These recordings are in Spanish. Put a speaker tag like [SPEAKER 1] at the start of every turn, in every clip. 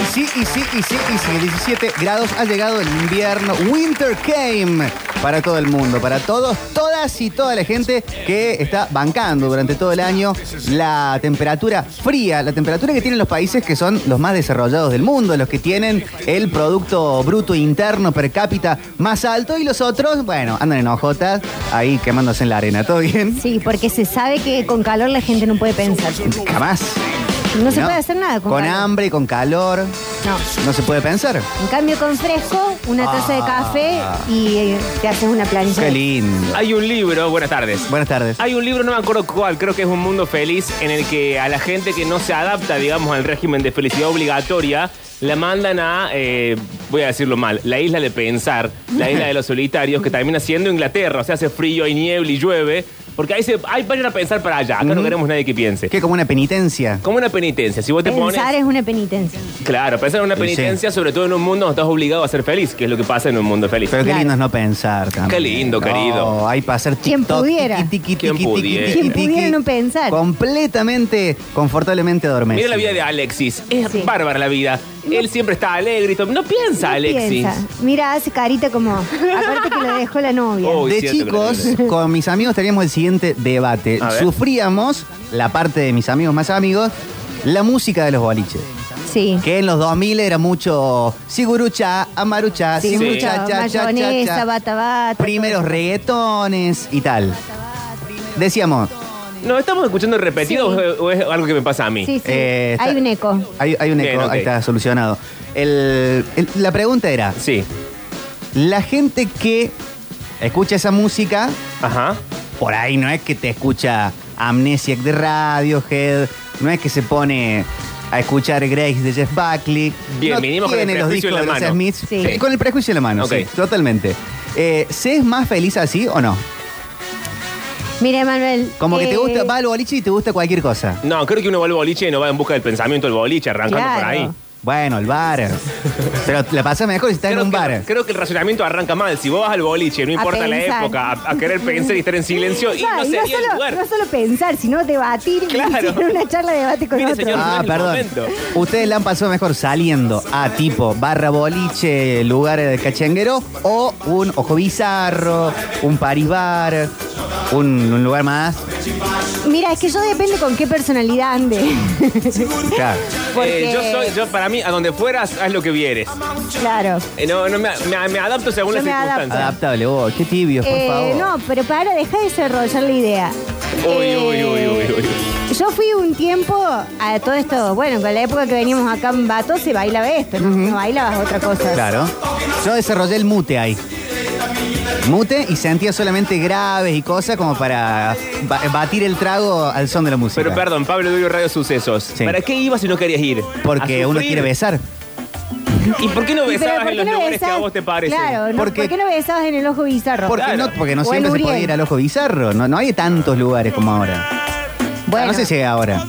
[SPEAKER 1] Y sí, y sí, y sí, y sí. 17 grados ha llegado el invierno. Winter came para todo el mundo, para todos, todas y toda la gente que está bancando durante todo el año la temperatura fría, la temperatura que tienen los países que son los más desarrollados del mundo, los que tienen el Producto Bruto Interno per cápita más alto y los otros, bueno, andan en hojotas ahí quemándose en la arena. ¿Todo bien?
[SPEAKER 2] Sí, porque se sabe que con calor la gente no puede pensar.
[SPEAKER 1] Jamás.
[SPEAKER 2] No se puede hacer nada con
[SPEAKER 1] Con
[SPEAKER 2] calor.
[SPEAKER 1] hambre, con calor,
[SPEAKER 2] No.
[SPEAKER 1] no se puede pensar.
[SPEAKER 2] En cambio, con fresco, una taza de café y eh, te haces una planilla.
[SPEAKER 1] Ah. Qué lindo.
[SPEAKER 3] Hay un libro, buenas tardes.
[SPEAKER 1] Buenas tardes.
[SPEAKER 3] Hay un libro, no me acuerdo cuál, creo que es Un Mundo Feliz, en el que a la gente que no se adapta, digamos, al régimen de felicidad obligatoria, la mandan a, eh, voy a decirlo mal, la isla de pensar, la isla de los solitarios, que termina siendo Inglaterra, o sea, hace frío y niebla y llueve, porque ahí se, ahí vayan a pensar para allá, acá no queremos nadie que piense.
[SPEAKER 1] ¿Qué? ¿Como una penitencia?
[SPEAKER 3] Como una penitencia, si vos te pones...
[SPEAKER 2] Pensar es una penitencia.
[SPEAKER 3] Claro, pensar en una
[SPEAKER 1] Sí,
[SPEAKER 3] penitencia, sobre todo en un mundo donde estás obligado a ser feliz, que es lo que pasa en un mundo feliz.
[SPEAKER 1] Pero qué
[SPEAKER 2] Claro.
[SPEAKER 1] lindo es no pensar también.
[SPEAKER 3] Qué lindo, querido.
[SPEAKER 1] No, hay para hacer
[SPEAKER 2] Quien
[SPEAKER 1] TikTok,
[SPEAKER 2] pudiera.
[SPEAKER 1] tiqui, tiqui,
[SPEAKER 3] Quien
[SPEAKER 1] tiqui, tiqui,
[SPEAKER 3] pudiera.
[SPEAKER 1] tiqui,
[SPEAKER 2] Quien
[SPEAKER 1] tiqui,
[SPEAKER 2] pudiera no pensar.
[SPEAKER 1] Completamente, confortablemente adormecido.
[SPEAKER 3] Mira la vida de Alexis. Es
[SPEAKER 2] Sí.
[SPEAKER 3] bárbara la vida. Él siempre está alegre y todo. No piensa,
[SPEAKER 2] No
[SPEAKER 3] Alexis.
[SPEAKER 2] piensa. Mira, hace carita como. Aparte que lo dejó la novia.
[SPEAKER 3] Oh,
[SPEAKER 1] De
[SPEAKER 3] es cierto que lo
[SPEAKER 1] chicos, con mis amigos teníamos el siguiente debate.
[SPEAKER 3] A ver.
[SPEAKER 1] Sufríamos, la parte de mis amigos más amigos, la música de los boliches.
[SPEAKER 2] Sí.
[SPEAKER 1] Que en los 2000 era mucho sigurucha, amarucha,
[SPEAKER 2] Sí,
[SPEAKER 3] Sí.
[SPEAKER 2] mucho
[SPEAKER 1] sigurucha, cha, cha, cha,
[SPEAKER 2] mayonesa,
[SPEAKER 1] cha.
[SPEAKER 2] bata, bata.
[SPEAKER 1] Primeros
[SPEAKER 2] todo.
[SPEAKER 1] reggaetones y tal. Decíamos,
[SPEAKER 3] No, estamos escuchando repetido
[SPEAKER 2] Sí.
[SPEAKER 3] o es- o es algo que me pasa a mí.
[SPEAKER 2] Sí, sí.
[SPEAKER 1] Eh,
[SPEAKER 2] Hay
[SPEAKER 1] está-
[SPEAKER 2] un eco.
[SPEAKER 1] Hay, hay un eco,
[SPEAKER 3] Bien, ok.
[SPEAKER 1] ahí está solucionado. El- el- la pregunta era,
[SPEAKER 3] Sí.
[SPEAKER 1] la gente que escucha esa música,
[SPEAKER 3] Ajá.
[SPEAKER 1] por ahí no es que te escucha Amnesiac de Radiohead, no es que se pone a escuchar Grace de Jeff Buckley.
[SPEAKER 3] Bien,
[SPEAKER 1] no
[SPEAKER 3] vinimos con el
[SPEAKER 1] tiene los discos
[SPEAKER 3] prejuicio en la
[SPEAKER 1] de los
[SPEAKER 3] mano.
[SPEAKER 1] Smiths.
[SPEAKER 2] Sí.
[SPEAKER 1] Eh, Con el prejuicio en la mano,
[SPEAKER 3] Ok.
[SPEAKER 1] sí, totalmente. Eh, ¿Se es más feliz así o no?
[SPEAKER 2] Mira, Manuel.
[SPEAKER 1] Como que te
[SPEAKER 2] eh,
[SPEAKER 1] gusta, va al boliche y te gusta cualquier cosa.
[SPEAKER 3] No, creo que uno va al boliche y no va en busca del pensamiento del boliche, arrancando por
[SPEAKER 2] Claro.
[SPEAKER 3] ahí.
[SPEAKER 1] Bueno, el bar. Pero la pasas mejor si estás
[SPEAKER 3] Creo
[SPEAKER 1] en un
[SPEAKER 3] que,
[SPEAKER 1] bar.
[SPEAKER 3] creo que el razonamiento arranca mal. Si vos vas al boliche, no
[SPEAKER 2] A
[SPEAKER 3] importa la
[SPEAKER 2] pensar.
[SPEAKER 3] época, a, a querer pensar y estar en silencio, y
[SPEAKER 2] Ah,
[SPEAKER 3] no
[SPEAKER 2] y no
[SPEAKER 3] sería el
[SPEAKER 2] solo,
[SPEAKER 3] lugar.
[SPEAKER 2] no solo pensar, sino debatir.
[SPEAKER 3] Claro.
[SPEAKER 2] Y tener una charla de debate con
[SPEAKER 3] Mire,
[SPEAKER 2] otro.
[SPEAKER 3] señor.
[SPEAKER 1] Ah,
[SPEAKER 3] el
[SPEAKER 1] perdón.
[SPEAKER 3] este momento.
[SPEAKER 1] Ustedes la han pasado mejor saliendo a tipo barra boliche, lugares de cachenguero o un ojo bizarro, un paribar, un, un lugar más.
[SPEAKER 2] Mira, es que yo depende con qué personalidad ande.
[SPEAKER 1] Claro.
[SPEAKER 2] Porque-
[SPEAKER 3] Eh, yo soy, yo para mí, a donde fueras, haz lo que vieres.
[SPEAKER 2] Claro.
[SPEAKER 3] Eh, no, no me, me- me adapto según
[SPEAKER 2] Yo
[SPEAKER 3] las
[SPEAKER 2] me adapto.
[SPEAKER 3] circunstancias.
[SPEAKER 1] Adaptable, vos, qué tibio, por
[SPEAKER 2] Eh,
[SPEAKER 1] favor.
[SPEAKER 2] no, pero para, deja de desarrollar la idea.
[SPEAKER 3] Uy, uy, uy, uy, uy.
[SPEAKER 2] Yo fui un tiempo a todo esto, bueno, con la época que veníamos acá en Bato se bailaba esto, no, no bailabas otra cosa.
[SPEAKER 1] Claro. Yo desarrollé el mute ahí. Mute y sentía solamente graves y cosas como para ba- batir el trago al son de la música.
[SPEAKER 3] Pero perdón, Pablo Durio Radio Sucesos.
[SPEAKER 1] Ah, Sí.
[SPEAKER 3] ¿Para qué ibas si no querías ir?
[SPEAKER 1] Porque
[SPEAKER 3] ¿A
[SPEAKER 1] uno
[SPEAKER 3] sufrir?
[SPEAKER 1] quiere besar.
[SPEAKER 3] ¿Y por qué no
[SPEAKER 2] Y pero,
[SPEAKER 3] besabas
[SPEAKER 2] ¿por
[SPEAKER 3] en
[SPEAKER 2] qué
[SPEAKER 3] los
[SPEAKER 2] no
[SPEAKER 3] lugares que a
[SPEAKER 2] besás?
[SPEAKER 3] vos te parecen?
[SPEAKER 2] Claro, no,
[SPEAKER 1] Porque-
[SPEAKER 2] ¿por qué no besabas en el ojo bizarro?
[SPEAKER 1] Porque
[SPEAKER 3] Claro.
[SPEAKER 1] no, porque no
[SPEAKER 2] O el
[SPEAKER 1] siempre se
[SPEAKER 2] Uriel.
[SPEAKER 1] podía ir al ojo bizarro. No, no hay tantos lugares como ahora. Ah,
[SPEAKER 2] Bueno.
[SPEAKER 1] No sé si ahora.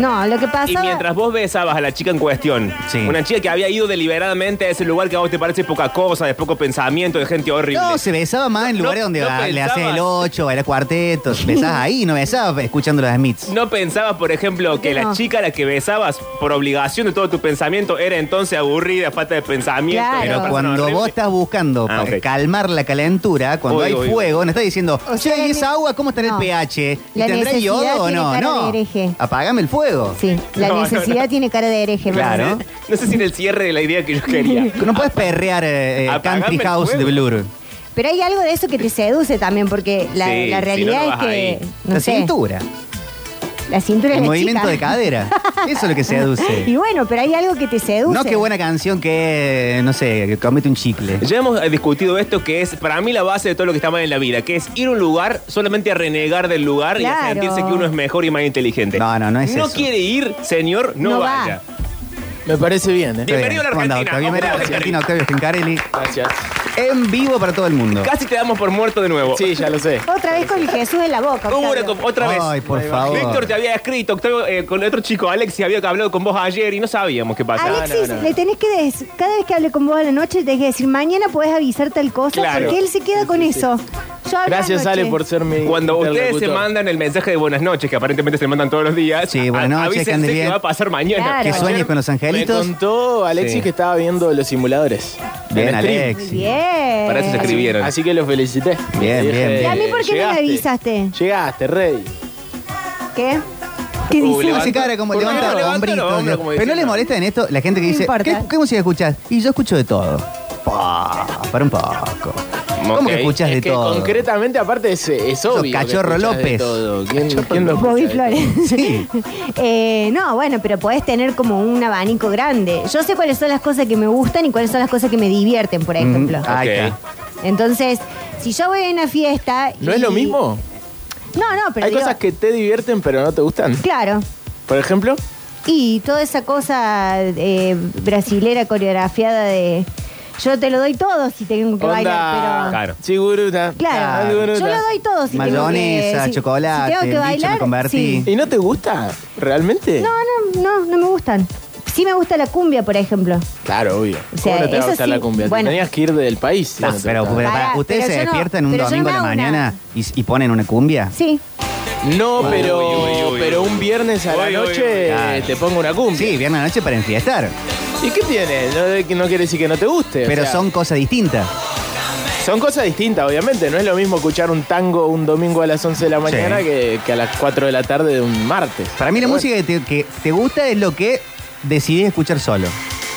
[SPEAKER 2] No, lo que
[SPEAKER 3] Y
[SPEAKER 2] pasa
[SPEAKER 3] mientras vos besabas a la chica en cuestión,
[SPEAKER 1] Sí.
[SPEAKER 3] una chica que había ido deliberadamente a ese lugar que a vos te parece poca cosa, de poco pensamiento, de gente horrible.
[SPEAKER 1] No, se besaba más en
[SPEAKER 3] No,
[SPEAKER 1] lugares donde
[SPEAKER 3] no
[SPEAKER 1] va- le
[SPEAKER 3] pensabas.
[SPEAKER 1] haces el 8, baila cuarteto. Besabas ahí, no besabas escuchando los Smiths.
[SPEAKER 3] ¿No pensabas, por ejemplo, que
[SPEAKER 2] qué no?
[SPEAKER 3] la chica a la que besabas por obligación de todo tu pensamiento era entonces aburrida, falta de pensamiento?
[SPEAKER 2] Claro.
[SPEAKER 3] era
[SPEAKER 1] Pero
[SPEAKER 3] una persona
[SPEAKER 1] cuando
[SPEAKER 3] horrible?
[SPEAKER 1] vos estás buscando para
[SPEAKER 3] Ah, ok.
[SPEAKER 1] calmar la calentura, cuando
[SPEAKER 3] Uy,
[SPEAKER 1] hay
[SPEAKER 3] uy, uy.
[SPEAKER 1] fuego, no estás diciendo,
[SPEAKER 2] O sea,
[SPEAKER 1] che, ¿y
[SPEAKER 2] ne-
[SPEAKER 1] esa agua cómo está en
[SPEAKER 2] No.
[SPEAKER 1] el pH? ¿Y
[SPEAKER 2] La
[SPEAKER 1] ¿Tendrá
[SPEAKER 2] necesidad
[SPEAKER 1] yodo o
[SPEAKER 2] tiene
[SPEAKER 1] no?
[SPEAKER 2] cara de
[SPEAKER 1] No.
[SPEAKER 2] hereje.
[SPEAKER 1] Apagame el fuego.
[SPEAKER 2] Sí, la
[SPEAKER 3] No, no,
[SPEAKER 2] necesidad
[SPEAKER 3] no.
[SPEAKER 2] tiene cara de hereje.
[SPEAKER 1] Claro.
[SPEAKER 2] Manuel.
[SPEAKER 3] No sé si era el cierre de la idea que yo quería.
[SPEAKER 1] No puedes perrear eh, eh,
[SPEAKER 3] Apagame
[SPEAKER 1] Country
[SPEAKER 3] el
[SPEAKER 1] House de
[SPEAKER 3] fuego.
[SPEAKER 1] Blur.
[SPEAKER 2] Pero hay algo de eso que te seduce también, porque la, la
[SPEAKER 3] Sí, si no, no
[SPEAKER 2] realidad
[SPEAKER 3] vas
[SPEAKER 2] es que.
[SPEAKER 3] ahí.
[SPEAKER 2] no
[SPEAKER 1] la
[SPEAKER 2] sé,
[SPEAKER 1] cintura.
[SPEAKER 2] La cintura es
[SPEAKER 1] El
[SPEAKER 2] la
[SPEAKER 1] movimiento
[SPEAKER 2] chica.
[SPEAKER 1] de cadera. Eso es lo que
[SPEAKER 2] Y
[SPEAKER 1] seduce.
[SPEAKER 2] bueno, pero hay algo que te seduce.
[SPEAKER 1] No, qué buena canción que, no sé, que comete un chicle.
[SPEAKER 3] Ya hemos eh, discutido esto que es para mí la base de todo lo que está mal en la vida, que es ir a un lugar solamente a renegar del lugar y a
[SPEAKER 2] Claro.
[SPEAKER 3] sentirse que uno es mejor y más inteligente.
[SPEAKER 1] No, no, no es
[SPEAKER 3] No
[SPEAKER 1] eso.
[SPEAKER 3] quiere ir, señor, no,
[SPEAKER 2] No va.
[SPEAKER 3] vaya.
[SPEAKER 4] Me parece bien, ¿eh?
[SPEAKER 3] Bien. Bienvenido a la
[SPEAKER 1] ¿Cómo anda,
[SPEAKER 3] Argentina.
[SPEAKER 1] Octavio? Bienvenido a la
[SPEAKER 3] Gracias.
[SPEAKER 1] Argentina, Octavio Gencarelli.
[SPEAKER 4] Gracias.
[SPEAKER 1] En vivo para todo el mundo.
[SPEAKER 3] Casi te damos por muerto de nuevo.
[SPEAKER 4] Sí, ya lo sé.
[SPEAKER 2] Otra vez con el Jesús en la boca.
[SPEAKER 3] Hubo una
[SPEAKER 2] Octavio.
[SPEAKER 3] com- otra vez.
[SPEAKER 1] Ay, por favor.
[SPEAKER 3] Víctor te había escrito, Octavio, eh, con otro chico, Alex, y había hablado con vos ayer y no sabíamos qué pasaba.
[SPEAKER 2] Alexis,
[SPEAKER 4] Ah, no, no.
[SPEAKER 2] le tenés que decir, cada vez que hable con vos a la noche, le tenés que decir, mañana podés avisar tal cosa,
[SPEAKER 3] Claro.
[SPEAKER 2] porque él se queda con eso. Yo hablo
[SPEAKER 4] Gracias,
[SPEAKER 2] anoche.
[SPEAKER 4] Ale, por ser mi.
[SPEAKER 3] Cuando ustedes se
[SPEAKER 4] interlocutor.
[SPEAKER 3] mandan el mensaje de buenas noches, que aparentemente se mandan todos los días,
[SPEAKER 1] Sí, buenas
[SPEAKER 3] a-
[SPEAKER 1] noches, que
[SPEAKER 3] avísense
[SPEAKER 1] andes
[SPEAKER 3] que
[SPEAKER 1] bien.
[SPEAKER 3] va a pasar mañana.
[SPEAKER 2] Claro.
[SPEAKER 1] Que sueñes
[SPEAKER 4] Ayer
[SPEAKER 1] con los
[SPEAKER 4] Me
[SPEAKER 1] angelitos.
[SPEAKER 4] contó Alexis
[SPEAKER 3] Sí.
[SPEAKER 4] que estaba viendo los simuladores.
[SPEAKER 1] Bien,
[SPEAKER 4] En stream.
[SPEAKER 2] Muy
[SPEAKER 1] Alexi.
[SPEAKER 2] Bien.
[SPEAKER 3] Para eso se escribieron.
[SPEAKER 4] Así que los felicité.
[SPEAKER 1] Bien,
[SPEAKER 4] Le dije,
[SPEAKER 1] bien, bien.
[SPEAKER 2] ¿Y a mí por qué no me
[SPEAKER 4] "Llegaste,
[SPEAKER 2] avisaste?
[SPEAKER 4] Llegaste, rey.
[SPEAKER 2] ¿Qué? ¿Qué
[SPEAKER 3] Uh,
[SPEAKER 2] dices?
[SPEAKER 3] levanta-
[SPEAKER 1] Hace cara como
[SPEAKER 3] Por lo
[SPEAKER 1] levanta
[SPEAKER 3] menos
[SPEAKER 1] los
[SPEAKER 3] levanta los
[SPEAKER 1] hombritos.
[SPEAKER 3] hombros, como
[SPEAKER 1] Pero no le
[SPEAKER 3] diciendo.
[SPEAKER 1] molesta en esto la gente que
[SPEAKER 2] No
[SPEAKER 1] dice,
[SPEAKER 2] importa.
[SPEAKER 1] ¿qué, qué música escuchas? Y yo escucho de todo. Pa, para un poco. ¿Cómo
[SPEAKER 3] Ok,
[SPEAKER 1] que escuchas
[SPEAKER 4] Es
[SPEAKER 1] de
[SPEAKER 4] que
[SPEAKER 1] todo?
[SPEAKER 4] concretamente, aparte, es, es
[SPEAKER 1] Sos
[SPEAKER 4] obvio. que
[SPEAKER 1] Cachorro
[SPEAKER 4] escuchás de
[SPEAKER 1] López.
[SPEAKER 4] todo. ¿Quién, quién no escucha
[SPEAKER 2] Bobby
[SPEAKER 4] de todo?
[SPEAKER 2] Flores.
[SPEAKER 1] Sí.
[SPEAKER 2] Eh, no, bueno, pero podés tener como un abanico grande. Yo sé cuáles son las cosas que me gustan y cuáles son las cosas que me divierten, por
[SPEAKER 4] Mm-hmm.
[SPEAKER 2] ejemplo.
[SPEAKER 1] Ah, acá.
[SPEAKER 2] Entonces, si yo voy a una fiesta.
[SPEAKER 4] ¿No
[SPEAKER 2] y-
[SPEAKER 4] es lo mismo?
[SPEAKER 2] No, no, pero.
[SPEAKER 4] Hay
[SPEAKER 2] digo-
[SPEAKER 4] cosas que te divierten, pero no te gustan.
[SPEAKER 2] Claro.
[SPEAKER 4] Por ejemplo,
[SPEAKER 2] Y toda esa cosa eh, brasilera coreografiada de. Yo te lo doy todo si tengo que bailar, pero.
[SPEAKER 4] onda. Chiguruta.
[SPEAKER 2] Claro,
[SPEAKER 4] Alguna.
[SPEAKER 2] yo lo doy todo si tengo que,
[SPEAKER 1] Ah,
[SPEAKER 2] si-
[SPEAKER 1] Mayonesa,
[SPEAKER 2] si
[SPEAKER 1] chocolate,
[SPEAKER 2] tengo que
[SPEAKER 1] bicho, me
[SPEAKER 2] bailar,
[SPEAKER 1] convertí.
[SPEAKER 2] sí.
[SPEAKER 4] ¿Y no te gusta? ¿Realmente?
[SPEAKER 2] No, no, no, no me gustan. Sí me gusta la cumbia, por ejemplo.
[SPEAKER 4] Claro, obvio.
[SPEAKER 2] O sea,
[SPEAKER 4] ¿Cómo no te va a
[SPEAKER 2] eso
[SPEAKER 4] gustar
[SPEAKER 2] sí,
[SPEAKER 4] la cumbia? Te
[SPEAKER 2] bueno.
[SPEAKER 4] Tenías que ir del país. si
[SPEAKER 1] No,
[SPEAKER 4] no te
[SPEAKER 1] Ah, pero, pero
[SPEAKER 4] gustaba.
[SPEAKER 1] para,
[SPEAKER 2] Pará,
[SPEAKER 1] ustedes
[SPEAKER 2] pero
[SPEAKER 1] se
[SPEAKER 2] yo no-
[SPEAKER 1] despiertan un
[SPEAKER 2] pero yo
[SPEAKER 1] domingo
[SPEAKER 2] me
[SPEAKER 1] a la
[SPEAKER 2] hago una-
[SPEAKER 1] mañana y, y ponen una cumbia.
[SPEAKER 2] Sí.
[SPEAKER 4] No, pero,
[SPEAKER 3] uy, uy, uy,
[SPEAKER 4] pero un viernes a la
[SPEAKER 3] Uy, uy,
[SPEAKER 4] noche
[SPEAKER 3] uy.
[SPEAKER 4] eh,
[SPEAKER 1] Claro.
[SPEAKER 4] te pongo una cumbia.
[SPEAKER 1] Sí, viernes a la noche para enfiestar.
[SPEAKER 4] ¿Y qué tiene? No, no quiere decir que no te guste. o
[SPEAKER 1] Pero
[SPEAKER 4] sea,
[SPEAKER 1] son cosas distintas.
[SPEAKER 4] son cosas distintas, obviamente. No es lo mismo escuchar un tango un domingo a las 11 de la mañana
[SPEAKER 1] Sí.
[SPEAKER 4] que, que a las 4 de la tarde de un martes.
[SPEAKER 1] Para mí la
[SPEAKER 4] Bueno,
[SPEAKER 1] música que te, que te gusta es lo que decidís escuchar solo,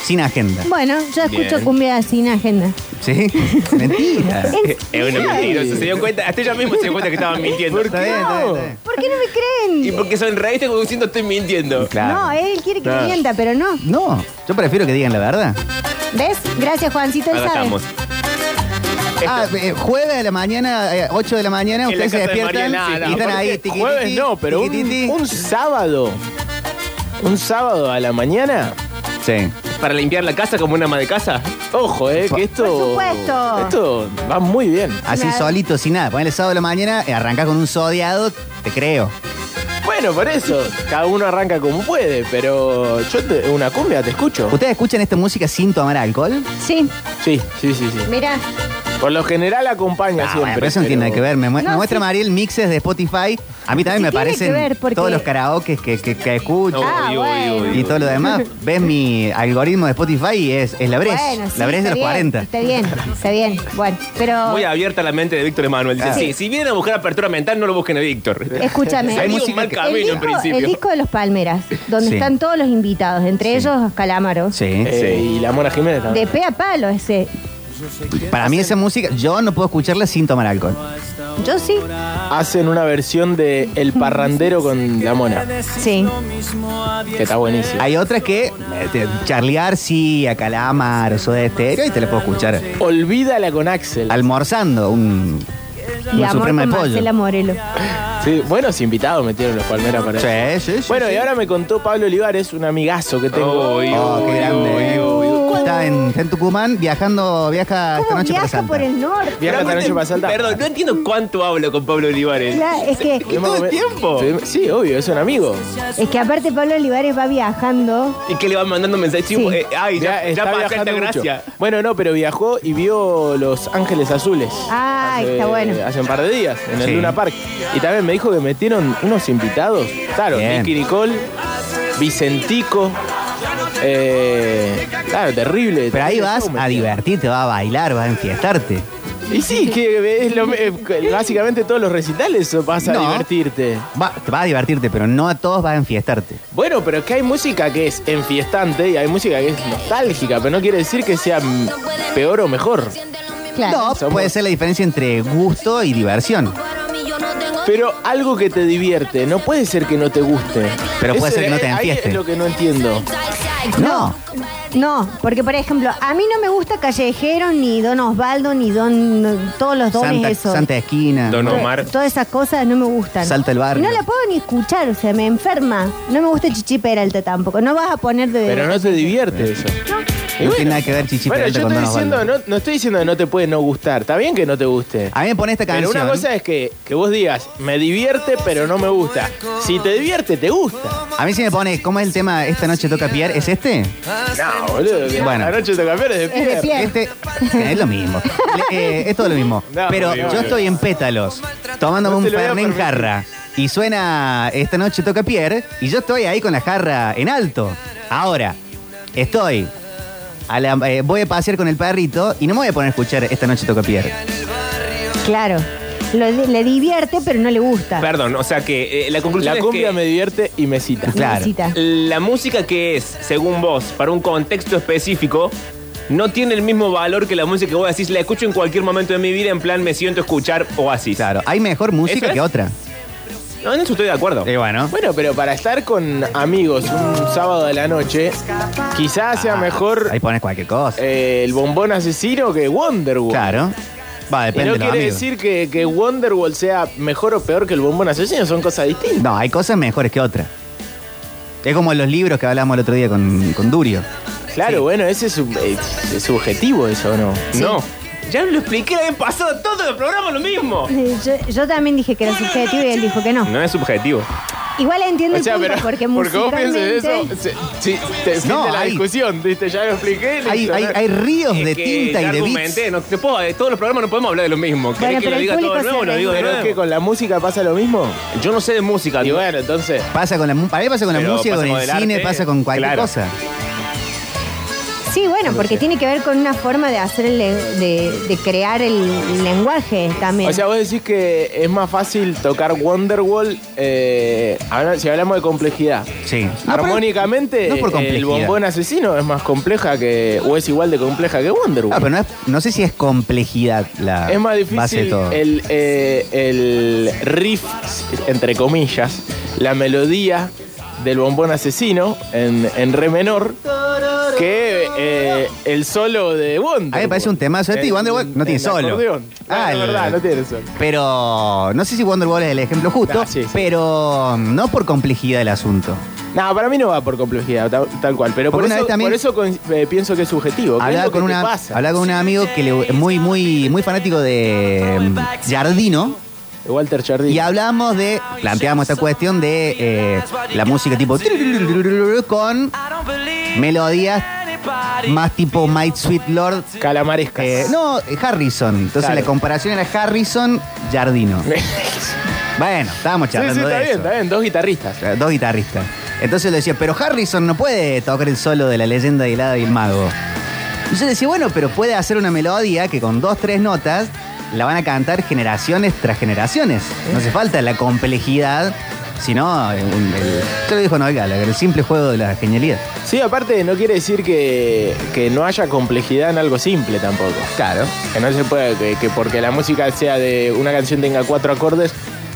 [SPEAKER 1] sin agenda.
[SPEAKER 2] Bueno, yo escucho
[SPEAKER 3] Bien.
[SPEAKER 2] cumbia sin agenda.
[SPEAKER 1] ¿Sí? Mentira.
[SPEAKER 2] En-
[SPEAKER 3] Eh, Es una mentira, o sea, se dio cuenta, hasta ella misma se dio cuenta que estaban mintiendo.
[SPEAKER 1] Está bien, está bien, está bien.
[SPEAKER 2] ¿Por qué no me creen?
[SPEAKER 3] Y porque sonreíste como diciendo estoy mintiendo.
[SPEAKER 1] Claro.
[SPEAKER 2] No, él quiere que me mienta, pero no.
[SPEAKER 1] No, yo prefiero que digan la verdad.
[SPEAKER 2] ¿Ves? Gracias, Juancito, él
[SPEAKER 3] Ahora
[SPEAKER 2] sabe.
[SPEAKER 3] estamos.
[SPEAKER 1] Ah, eh, jueves de la mañana, eh, 8 de la mañana,
[SPEAKER 3] En la
[SPEAKER 1] ustedes se
[SPEAKER 3] casa de
[SPEAKER 1] despiertan
[SPEAKER 3] Mariana,
[SPEAKER 1] y
[SPEAKER 3] no,
[SPEAKER 1] están ahí.
[SPEAKER 4] Aparte,
[SPEAKER 1] tiquititi,
[SPEAKER 4] jueves no, pero un,
[SPEAKER 1] tiquititi.
[SPEAKER 4] un sábado. Un sábado a la mañana.
[SPEAKER 1] Sí.
[SPEAKER 3] Para limpiar la casa como una ama de casa.
[SPEAKER 4] Ojo, eh, que esto.
[SPEAKER 2] Por supuesto.
[SPEAKER 4] Esto va muy bien.
[SPEAKER 1] Así
[SPEAKER 2] Claro.
[SPEAKER 1] solito, sin nada. Ponele sábado de la mañana, eh, arrancás con un sodiado, te creo.
[SPEAKER 4] Bueno, por eso. Cada uno arranca como puede, pero yo te- una cumbia te escucho.
[SPEAKER 1] ¿Ustedes escuchan esta música sin tomar alcohol?
[SPEAKER 2] Sí,
[SPEAKER 4] Sí, sí, sí, sí.
[SPEAKER 2] mira.
[SPEAKER 4] Por lo general acompaña
[SPEAKER 1] Ah,
[SPEAKER 4] siempre.
[SPEAKER 1] bueno, pero eso no tiene nada que ver. Me, mu-
[SPEAKER 2] No,
[SPEAKER 1] me muestra
[SPEAKER 2] sí.
[SPEAKER 1] Mariel mixes de Spotify. A mí también
[SPEAKER 2] Sí
[SPEAKER 1] me
[SPEAKER 2] tiene
[SPEAKER 1] parecen
[SPEAKER 2] que ver, porque-
[SPEAKER 1] todos los karaokes que, que- que escucho.
[SPEAKER 2] Ah,
[SPEAKER 3] Uy, uy,
[SPEAKER 2] bueno.
[SPEAKER 3] uy, uy.
[SPEAKER 1] Y todo lo demás, ves mi algoritmo de Spotify y es, es la Bres.
[SPEAKER 2] Bueno, sí,
[SPEAKER 1] la Bres
[SPEAKER 2] está
[SPEAKER 1] de los
[SPEAKER 2] bien,
[SPEAKER 1] 40.
[SPEAKER 2] Está bien, está bien. Bueno, pero
[SPEAKER 3] Muy abierta la mente de Víctor Emanuel. Dice,
[SPEAKER 1] Ah.
[SPEAKER 3] sí, si vienen a buscar apertura mental, no lo busquen a Víctor.
[SPEAKER 2] escúchame.
[SPEAKER 3] Venía un mal camino
[SPEAKER 2] el,
[SPEAKER 3] en
[SPEAKER 2] disco,
[SPEAKER 3] principio.
[SPEAKER 2] el disco de los Palmeras, donde
[SPEAKER 1] Sí.
[SPEAKER 2] están todos los invitados, entre ellos Calamaro.
[SPEAKER 1] Sí.
[SPEAKER 4] Eh, Y la Mona Jiménez
[SPEAKER 2] De
[SPEAKER 4] también.
[SPEAKER 2] pe a palo ese.
[SPEAKER 4] Eh,
[SPEAKER 1] Para mí esa música, yo no puedo escucharla sin tomar alcohol.
[SPEAKER 2] Yo sí.
[SPEAKER 4] Hacen una versión de El Parrandero con la Mona,
[SPEAKER 2] Sí.
[SPEAKER 4] que está buenísima.
[SPEAKER 1] Hay otras que, eh, te- Charlie García, Calamar, Soda Estéreo, y te la puedo escuchar
[SPEAKER 4] Olvídala con Axel.
[SPEAKER 1] almorzando un,
[SPEAKER 2] Y
[SPEAKER 1] un
[SPEAKER 2] amor
[SPEAKER 1] supremo de
[SPEAKER 2] con
[SPEAKER 1] pollo. Ah,
[SPEAKER 2] Marcela Morelo.
[SPEAKER 4] Sí, buenos invitados metieron los palmeras para eso.
[SPEAKER 1] Sí, sí, sí,
[SPEAKER 4] Bueno,
[SPEAKER 1] sí.
[SPEAKER 4] y ahora me contó Pablo Olivares, un amigazo que tengo.
[SPEAKER 3] Uy,
[SPEAKER 1] Oh, qué
[SPEAKER 3] uy,
[SPEAKER 1] grande.
[SPEAKER 3] uy, uy.
[SPEAKER 1] Está en, está en Tucumán viajando, viaja esta
[SPEAKER 2] ¿Cómo
[SPEAKER 1] noche para
[SPEAKER 2] viaja
[SPEAKER 1] Salta.
[SPEAKER 2] por el norte?
[SPEAKER 4] Viaja esta noche para Salta.
[SPEAKER 3] Perdón, no entiendo cuánto hablo con Pablo Olivares.
[SPEAKER 2] Claro, es que,
[SPEAKER 4] Estuvimos
[SPEAKER 3] todo el
[SPEAKER 4] comi-
[SPEAKER 3] tiempo.
[SPEAKER 4] Estuvimos- Sí, obvio, es un amigo.
[SPEAKER 2] es que aparte Pablo Olivares va viajando.
[SPEAKER 3] Y que le van mandando mensajes. Sí,
[SPEAKER 2] Sí.
[SPEAKER 3] eh, ay, ya,
[SPEAKER 4] Ya
[SPEAKER 3] ya
[SPEAKER 4] está
[SPEAKER 3] pasa esta
[SPEAKER 4] viajando mucho.
[SPEAKER 3] gracia.
[SPEAKER 4] Bueno, no, pero viajó y vio Los Ángeles Azules.
[SPEAKER 2] Ah, está bueno.
[SPEAKER 4] Hace un par de días, en el
[SPEAKER 1] Sí.
[SPEAKER 4] Luna Park. Y también me dijo que metieron unos invitados. Claro,
[SPEAKER 1] Bien.
[SPEAKER 4] Nicky Nicole, Vicentico. eh, claro, terrible.
[SPEAKER 1] Pero ahí
[SPEAKER 4] terrible
[SPEAKER 1] vas
[SPEAKER 4] show
[SPEAKER 1] a
[SPEAKER 4] metieron.
[SPEAKER 1] divertirte, vas a bailar, vas a enfiestarte.
[SPEAKER 4] Y sí, que es lo- eh, básicamente todos los recitales vas a
[SPEAKER 1] No.
[SPEAKER 4] divertirte.
[SPEAKER 1] Va- te vas a divertirte, pero no a todos vas a enfiestarte.
[SPEAKER 4] Bueno, pero es que hay música que es enfiestante y hay música que es nostálgica, pero no quiere decir que sea mm, peor o mejor.
[SPEAKER 2] Claro.
[SPEAKER 1] No,
[SPEAKER 4] Somos-
[SPEAKER 1] puede ser la diferencia entre gusto y diversión.
[SPEAKER 5] Para mí yo no tengo
[SPEAKER 4] Pero algo que te divierte, no puede ser que no te guste.
[SPEAKER 1] Pero puede
[SPEAKER 4] Eso
[SPEAKER 1] ser que no te
[SPEAKER 4] es- ahí
[SPEAKER 1] enfieste.
[SPEAKER 4] es lo que no entiendo.
[SPEAKER 1] No.
[SPEAKER 2] No, porque por ejemplo, a mí no me gusta Callejero, ni Don Osvaldo, ni Don. Todos los dones
[SPEAKER 1] Santa,
[SPEAKER 2] esos.
[SPEAKER 1] Santa Esquina.
[SPEAKER 3] Don
[SPEAKER 2] Todas-
[SPEAKER 3] Omar.
[SPEAKER 2] Todas esas cosas no me gustan.
[SPEAKER 1] Salta el barrio.
[SPEAKER 2] Y No la puedo ni escuchar, o sea, me enferma. No me gusta Chichi Peralta tampoco. No vas a poner de.
[SPEAKER 4] Pero no te divierte eso.
[SPEAKER 1] No tiene nada que ver Chichi
[SPEAKER 4] Bueno,
[SPEAKER 1] Peralta
[SPEAKER 4] yo
[SPEAKER 1] con
[SPEAKER 4] estoy
[SPEAKER 1] Don Osvaldo.
[SPEAKER 4] diciendo, no, no estoy diciendo que no te puede no gustar. Está bien que no te guste.
[SPEAKER 1] A mí me pone esta
[SPEAKER 4] Pero
[SPEAKER 1] Ah, canción.
[SPEAKER 4] una cosa es que, que vos digas, me divierte, pero no me gusta. Si te divierte, te gusta.
[SPEAKER 1] A mí sí me pone, ¿cómo es el tema Esta noche toca Pierre? ¿Es este?
[SPEAKER 4] No, Ah, boludo. que
[SPEAKER 1] Bueno.
[SPEAKER 4] Anoche te cambiaron de
[SPEAKER 2] Es de
[SPEAKER 4] pie.
[SPEAKER 2] pie. Pierre.
[SPEAKER 1] Este es lo mismo. Le- eh, es todo lo mismo.
[SPEAKER 4] No,
[SPEAKER 1] Pero
[SPEAKER 4] amigo,
[SPEAKER 1] yo
[SPEAKER 4] amigo.
[SPEAKER 1] estoy en pétalos, tomándome
[SPEAKER 4] No te
[SPEAKER 1] un
[SPEAKER 4] lo voy a
[SPEAKER 1] fernet en
[SPEAKER 4] permitir.
[SPEAKER 1] jarra. Y suena Esta noche toca Pierre y yo estoy ahí con la jarra en alto. Ahora, estoy. a la- eh, voy a pasear con el perrito y no me voy a poner a escuchar Esta noche toca Pierre.
[SPEAKER 2] Claro. Lo- le divierte, pero no le gusta.
[SPEAKER 3] Perdón, o sea que eh, la conclusión
[SPEAKER 4] La
[SPEAKER 3] es
[SPEAKER 4] cumbia
[SPEAKER 3] que
[SPEAKER 4] me divierte y me cita.
[SPEAKER 1] claro.
[SPEAKER 2] Necesita.
[SPEAKER 3] la música que es, según vos, para un contexto específico, no tiene el mismo valor que la música que vos decís, la escucho en cualquier momento de mi vida, en plan me siento a escuchar o así.
[SPEAKER 1] Claro, hay mejor música
[SPEAKER 3] ¿Eso es?
[SPEAKER 1] que otra.
[SPEAKER 3] No, en eso estoy de acuerdo.
[SPEAKER 1] Y bueno,
[SPEAKER 4] Bueno, pero para estar con amigos un sábado de la noche, quizás
[SPEAKER 1] Ah.
[SPEAKER 4] sea mejor
[SPEAKER 1] ahí pones cualquier cosa.
[SPEAKER 4] eh, el bombón asesino que Wonderwall.
[SPEAKER 1] Claro. Va,
[SPEAKER 4] Y
[SPEAKER 1] depende
[SPEAKER 4] no
[SPEAKER 1] de los
[SPEAKER 4] quiere
[SPEAKER 1] amigos.
[SPEAKER 4] decir que, que Wonderwall sea mejor o peor que el bombón asesino, son cosas distintas.
[SPEAKER 1] No, hay cosas mejores que otras. Es como los libros que hablábamos el otro día con, con Durio.
[SPEAKER 4] Claro, bueno, ese es, sub- eh, es subjetivo eso, ¿no?
[SPEAKER 3] No. Ya lo expliqué la vez pasada, todo el programa lo mismo.
[SPEAKER 2] Eh, Yo, yo también dije que era subjetivo y él dijo que no.
[SPEAKER 3] No es subjetivo.
[SPEAKER 2] Igual entiendo
[SPEAKER 4] O sea,
[SPEAKER 2] el punto
[SPEAKER 4] pero
[SPEAKER 2] porque
[SPEAKER 4] vos pienses eso,
[SPEAKER 2] musicalmente-
[SPEAKER 4] se- sí, te fin
[SPEAKER 1] No,
[SPEAKER 4] de la
[SPEAKER 1] hay-
[SPEAKER 4] discusión, ¿viste? Ya lo expliqué. listo,
[SPEAKER 1] Hay, hay,
[SPEAKER 4] ¿no?
[SPEAKER 1] hay ríos
[SPEAKER 3] Es
[SPEAKER 1] de
[SPEAKER 3] que
[SPEAKER 1] tinta
[SPEAKER 3] ya
[SPEAKER 1] y de bits.
[SPEAKER 3] argumenté, no te puedo- eh, todos los programas no podemos hablar de lo mismo. ¿Querés
[SPEAKER 2] Bueno,
[SPEAKER 3] que
[SPEAKER 2] pero
[SPEAKER 3] lo
[SPEAKER 2] el
[SPEAKER 3] diga todo de
[SPEAKER 2] público
[SPEAKER 3] nuevo?
[SPEAKER 2] se
[SPEAKER 3] Lo digo de
[SPEAKER 4] Pero es que
[SPEAKER 3] nuevo.
[SPEAKER 4] con la música pasa lo mismo.
[SPEAKER 3] Yo no sé de música.
[SPEAKER 4] Y
[SPEAKER 3] digo,
[SPEAKER 4] bueno, entonces.
[SPEAKER 1] Pasa con la, mu- para mí pasa con la
[SPEAKER 3] Pero
[SPEAKER 1] música,
[SPEAKER 3] pasa
[SPEAKER 1] con
[SPEAKER 3] con
[SPEAKER 1] el
[SPEAKER 3] el
[SPEAKER 1] cine,
[SPEAKER 3] arte,
[SPEAKER 1] pasa con cualquier
[SPEAKER 3] claro.
[SPEAKER 1] cosa.
[SPEAKER 2] Sí, bueno, porque tiene que ver con una forma de hacer el le- de, de crear el lenguaje también.
[SPEAKER 4] O sea, vos decís que es más fácil tocar Wonderwall eh, habla- si hablamos de complejidad.
[SPEAKER 1] Sí.
[SPEAKER 4] Armónicamente,
[SPEAKER 1] Ah, no por
[SPEAKER 4] el
[SPEAKER 1] complejidad.
[SPEAKER 4] bombón asesino es más compleja que. o es igual de compleja que
[SPEAKER 1] No,
[SPEAKER 4] Wonderwall.
[SPEAKER 1] Ah, pero no, es- no sé si es complejidad la
[SPEAKER 4] es más
[SPEAKER 1] base de
[SPEAKER 4] difícil
[SPEAKER 1] todo.
[SPEAKER 4] el, eh, el riff, entre comillas, la melodía del bombón asesino en, en re menor que eh, el solo de Wonderwall.
[SPEAKER 1] A mí me parece un temazo este y
[SPEAKER 4] En-
[SPEAKER 1] Wonderwall no
[SPEAKER 4] en
[SPEAKER 1] tiene
[SPEAKER 4] el
[SPEAKER 1] solo.
[SPEAKER 4] acordeón. No,
[SPEAKER 1] Ah,
[SPEAKER 4] la
[SPEAKER 1] el-
[SPEAKER 4] verdad, no tiene solo.
[SPEAKER 1] Pero no sé si Wonderwall es el ejemplo justo,
[SPEAKER 4] Ah, sí, sí.
[SPEAKER 1] pero mm, no por complejidad del asunto.
[SPEAKER 4] No, para mí no va por complejidad, tal, tal cual. Pero por
[SPEAKER 1] Porque una
[SPEAKER 4] eso,
[SPEAKER 1] vez también-
[SPEAKER 4] por eso con- eh, pienso que es subjetivo. ¿Qué es
[SPEAKER 1] Hablaba
[SPEAKER 4] lo que
[SPEAKER 1] con,
[SPEAKER 4] te
[SPEAKER 1] una,
[SPEAKER 4] pasa?
[SPEAKER 1] hablaba con un amigo que le, muy, muy, muy fanático de mm, Giardino.
[SPEAKER 4] Walter Jardín.
[SPEAKER 1] Y hablamos de, planteamos esta cuestión de eh, la música tipo con melodías más tipo Might Sweet Lord.
[SPEAKER 4] Calamarescas.
[SPEAKER 1] eh, no, Harrison. Entonces
[SPEAKER 4] Claro.
[SPEAKER 1] la comparación era Harrison Jardino. Bueno, estábamos
[SPEAKER 4] Sí, sí,
[SPEAKER 1] charlando
[SPEAKER 4] está
[SPEAKER 1] de
[SPEAKER 4] bien,
[SPEAKER 1] eso.
[SPEAKER 4] está bien. Dos guitarristas.
[SPEAKER 1] Eh, Dos guitarristas. Entonces le decía, pero Harrison no puede tocar el solo de la leyenda del hada y el mago. Y yo decía, bueno, pero puede hacer una melodía que con dos, tres notas la van a cantar generaciones tras generaciones. No hace falta la complejidad, sino eh, un- el, yo lo dijo Noel Gallagher, el simple juego de la genialidad.
[SPEAKER 4] Sí, aparte no quiere decir que, que no haya complejidad en algo simple tampoco.
[SPEAKER 1] Claro.
[SPEAKER 4] Que no se puede, que, que porque la música sea de una canción tenga cuatro acordes,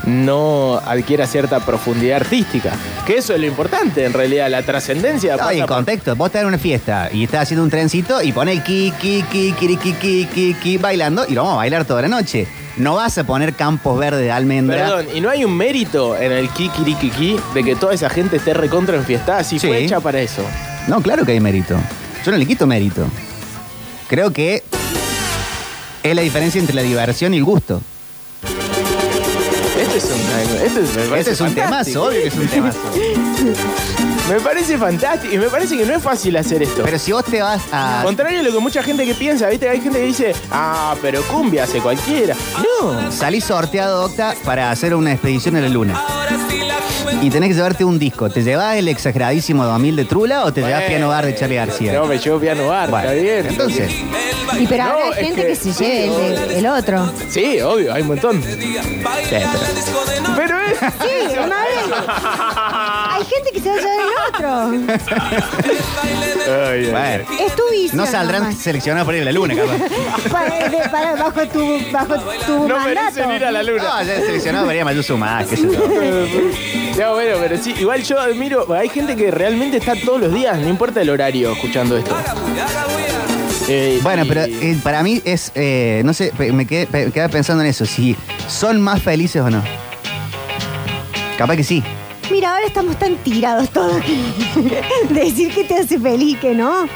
[SPEAKER 4] no adquiera cierta profundidad artística. Que eso es lo importante, en realidad, la trascendencia.
[SPEAKER 1] No, y
[SPEAKER 4] pasa
[SPEAKER 1] el
[SPEAKER 4] por-
[SPEAKER 1] contexto, vos estás en una fiesta y estás haciendo un trencito y pones ki, ki, ki, ki, ki, ki, ki, ki, bailando y lo vamos a bailar toda la noche. No vas a poner campos verdes de almendra.
[SPEAKER 4] Perdón, ¿y no hay un mérito en el kikirikiki de que toda esa gente esté recontra enfiestada si
[SPEAKER 1] Sí.
[SPEAKER 4] fue hecha para eso?
[SPEAKER 1] No, claro que hay mérito. Yo no le quito mérito. Creo que es la diferencia entre la diversión y el gusto.
[SPEAKER 4] Este es un, este es, me
[SPEAKER 1] Ese
[SPEAKER 4] parece
[SPEAKER 1] es un temazo,
[SPEAKER 4] fantástico.
[SPEAKER 1] obvio que es un temazo.
[SPEAKER 4] Me parece fantástico y me parece que no es fácil hacer esto.
[SPEAKER 1] Pero si vos te vas a...
[SPEAKER 4] Contrario a lo que mucha gente que piensa, ¿viste? Hay gente que dice, ah, pero cumbia hace cualquiera. No.
[SPEAKER 1] Salís sorteado, Octa, para hacer una expedición a la luna. Y tenés que llevarte un disco. ¿Te llevas el exageradísimo 2000 de Trula o te llevas
[SPEAKER 4] Bueno.
[SPEAKER 1] Piano Bar de Charlie García?
[SPEAKER 4] No, me llevo piano bar,
[SPEAKER 1] Bueno,
[SPEAKER 4] está bien.
[SPEAKER 1] entonces,
[SPEAKER 2] y pero
[SPEAKER 4] no,
[SPEAKER 2] habrá
[SPEAKER 4] es
[SPEAKER 2] gente
[SPEAKER 4] que-
[SPEAKER 2] que, se lleve el, de- el otro.
[SPEAKER 4] Sí, obvio, hay un montón.
[SPEAKER 1] sí, pero-
[SPEAKER 4] Pero es.
[SPEAKER 2] Sí, Mabel. Hay hay gente que se va a llevar el otro.
[SPEAKER 1] Bueno,
[SPEAKER 2] Es tu visión.
[SPEAKER 1] no saldrán
[SPEAKER 2] nomás.
[SPEAKER 1] seleccionados para ir a la luna, capaz.
[SPEAKER 2] Para- de- para- bajo tu, bajo tu
[SPEAKER 4] No
[SPEAKER 2] mandato.
[SPEAKER 4] merecen ir a la luna.
[SPEAKER 1] No, ya seleccionado para ir a Mayuzuma, qué sé yo.
[SPEAKER 4] Ya, bueno, pero sí, igual yo admiro, hay gente que realmente está todos los días, no importa el horario, escuchando esto. Eh,
[SPEAKER 1] Bueno,
[SPEAKER 4] y-
[SPEAKER 1] pero eh, para mí es, eh, no sé, pe- me quedé, pe- me quedaba pensando en eso, si son más felices o no. Capaz que sí.
[SPEAKER 2] Mira, ahora estamos tan tirados todos. que- Decir que te hace feliz, que no.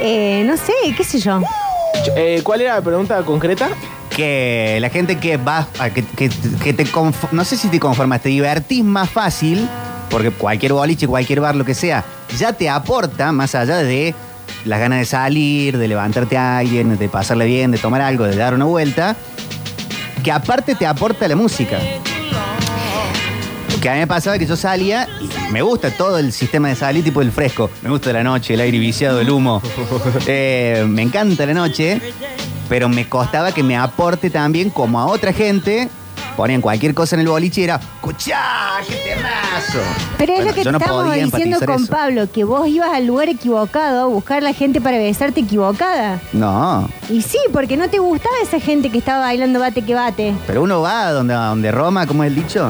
[SPEAKER 2] Eh, no sé, qué sé yo.
[SPEAKER 4] eh, ¿Cuál era la pregunta concreta?
[SPEAKER 1] Que la gente que va, a que, que- que te conf- no sé si te conformas, te divertís más fácil, porque cualquier boliche, cualquier bar, lo que sea, ya te aporta más allá de las ganas de salir, de levantarte a alguien, de pasarle bien, de tomar algo, de dar una vuelta, que aparte te aporta la música. Que a mí me pasaba que yo salía y me gusta todo el sistema de salir, tipo el fresco. Me gusta la noche, el aire viciado, el humo. Eh, me encanta la noche, pero me costaba que me aporte también, como a otra gente, ponían cualquier cosa en el boliche y era, ¡cuchá! ¡Qué temazo!
[SPEAKER 2] Pero es
[SPEAKER 1] Bueno,
[SPEAKER 2] lo que
[SPEAKER 1] yo no
[SPEAKER 2] estábamos
[SPEAKER 1] podía
[SPEAKER 2] diciendo
[SPEAKER 1] empatizar
[SPEAKER 2] con
[SPEAKER 1] eso.
[SPEAKER 2] Pablo, que vos ibas al lugar equivocado a buscar la gente para besarte equivocada.
[SPEAKER 1] No,
[SPEAKER 2] Y sí, porque no te gustaba esa gente que estaba bailando bate que bate.
[SPEAKER 1] pero uno va donde, donde Roma, como es el dicho.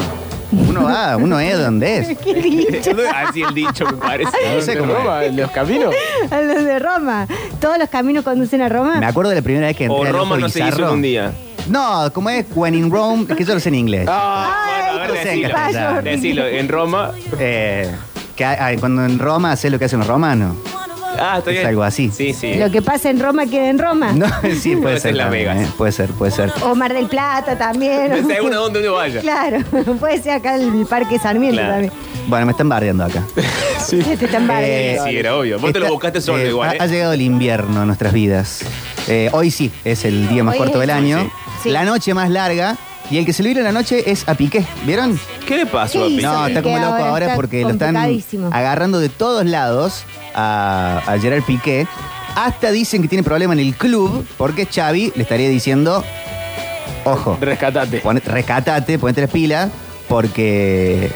[SPEAKER 1] Uno va, uno es donde es.
[SPEAKER 2] ¿Qué dicho?
[SPEAKER 3] Así el dicho, me parece.
[SPEAKER 1] No sé cómo
[SPEAKER 4] Roma, ¿Los caminos?
[SPEAKER 2] A los de Roma. Todos los caminos conducen a Roma.
[SPEAKER 1] Me acuerdo de la primera vez que entré
[SPEAKER 3] O
[SPEAKER 1] al
[SPEAKER 3] Roma
[SPEAKER 1] Ojo
[SPEAKER 3] no se hizo en
[SPEAKER 1] Bizarro.
[SPEAKER 3] un día.
[SPEAKER 1] No, como es When in Rome, que yo lo sé en inglés.
[SPEAKER 3] Ah.
[SPEAKER 1] Ah,
[SPEAKER 2] Ay,
[SPEAKER 3] Bueno, a ver,
[SPEAKER 1] qué
[SPEAKER 3] decilo.
[SPEAKER 2] payo.
[SPEAKER 3] Decilo, en Roma.
[SPEAKER 1] Eh, que hay- hay- cuando en Roma haces lo que hacen los romanos.
[SPEAKER 3] Ah, estoy
[SPEAKER 1] Es
[SPEAKER 3] bien.
[SPEAKER 1] algo así.
[SPEAKER 3] Sí, sí.
[SPEAKER 2] Lo que pasa en Roma queda en Roma.
[SPEAKER 1] No, sí,
[SPEAKER 3] Ah. Puede
[SPEAKER 1] puede
[SPEAKER 3] ser
[SPEAKER 1] ser.
[SPEAKER 3] Las
[SPEAKER 1] también,
[SPEAKER 3] Vegas.
[SPEAKER 1] eh. Puede ser, puede ser.
[SPEAKER 2] O Mar del Plata también.
[SPEAKER 3] Según a dónde uno vaya.
[SPEAKER 2] Claro, puede ser acá el Parque Sarmiento
[SPEAKER 3] Claro.
[SPEAKER 2] también. Este
[SPEAKER 1] Bueno, me están bardeando acá. Eh,
[SPEAKER 2] Que te están bardeando.
[SPEAKER 3] Sí, era obvio. Vos te lo
[SPEAKER 1] Está-
[SPEAKER 3] buscaste solo
[SPEAKER 1] eh,
[SPEAKER 3] igual,
[SPEAKER 1] Ha, ha
[SPEAKER 3] ¿eh?
[SPEAKER 1] llegado el invierno a nuestras vidas. Eh, hoy sí, es el día más
[SPEAKER 2] Hoy
[SPEAKER 1] corto
[SPEAKER 2] es-
[SPEAKER 1] del año.
[SPEAKER 2] Sí. Sí.
[SPEAKER 1] La noche más larga. Y el que se lo vio en la noche es a Piqué. ¿Vieron?
[SPEAKER 3] ¿Qué le pasó a
[SPEAKER 2] ¿Qué hizo?
[SPEAKER 3] Pisa?
[SPEAKER 1] No, está como
[SPEAKER 2] Piqué
[SPEAKER 1] loco
[SPEAKER 2] ahora
[SPEAKER 1] ahora
[SPEAKER 2] está
[SPEAKER 1] porque lo están
[SPEAKER 2] complicadísimo.
[SPEAKER 1] agarrando de todos lados a, a Gerard Piqué. Hasta dicen que tiene problema en el club porque Xavi le estaría diciendo, ojo,
[SPEAKER 4] Rescatate.
[SPEAKER 1] pone- rescatate, ponete las pilas porque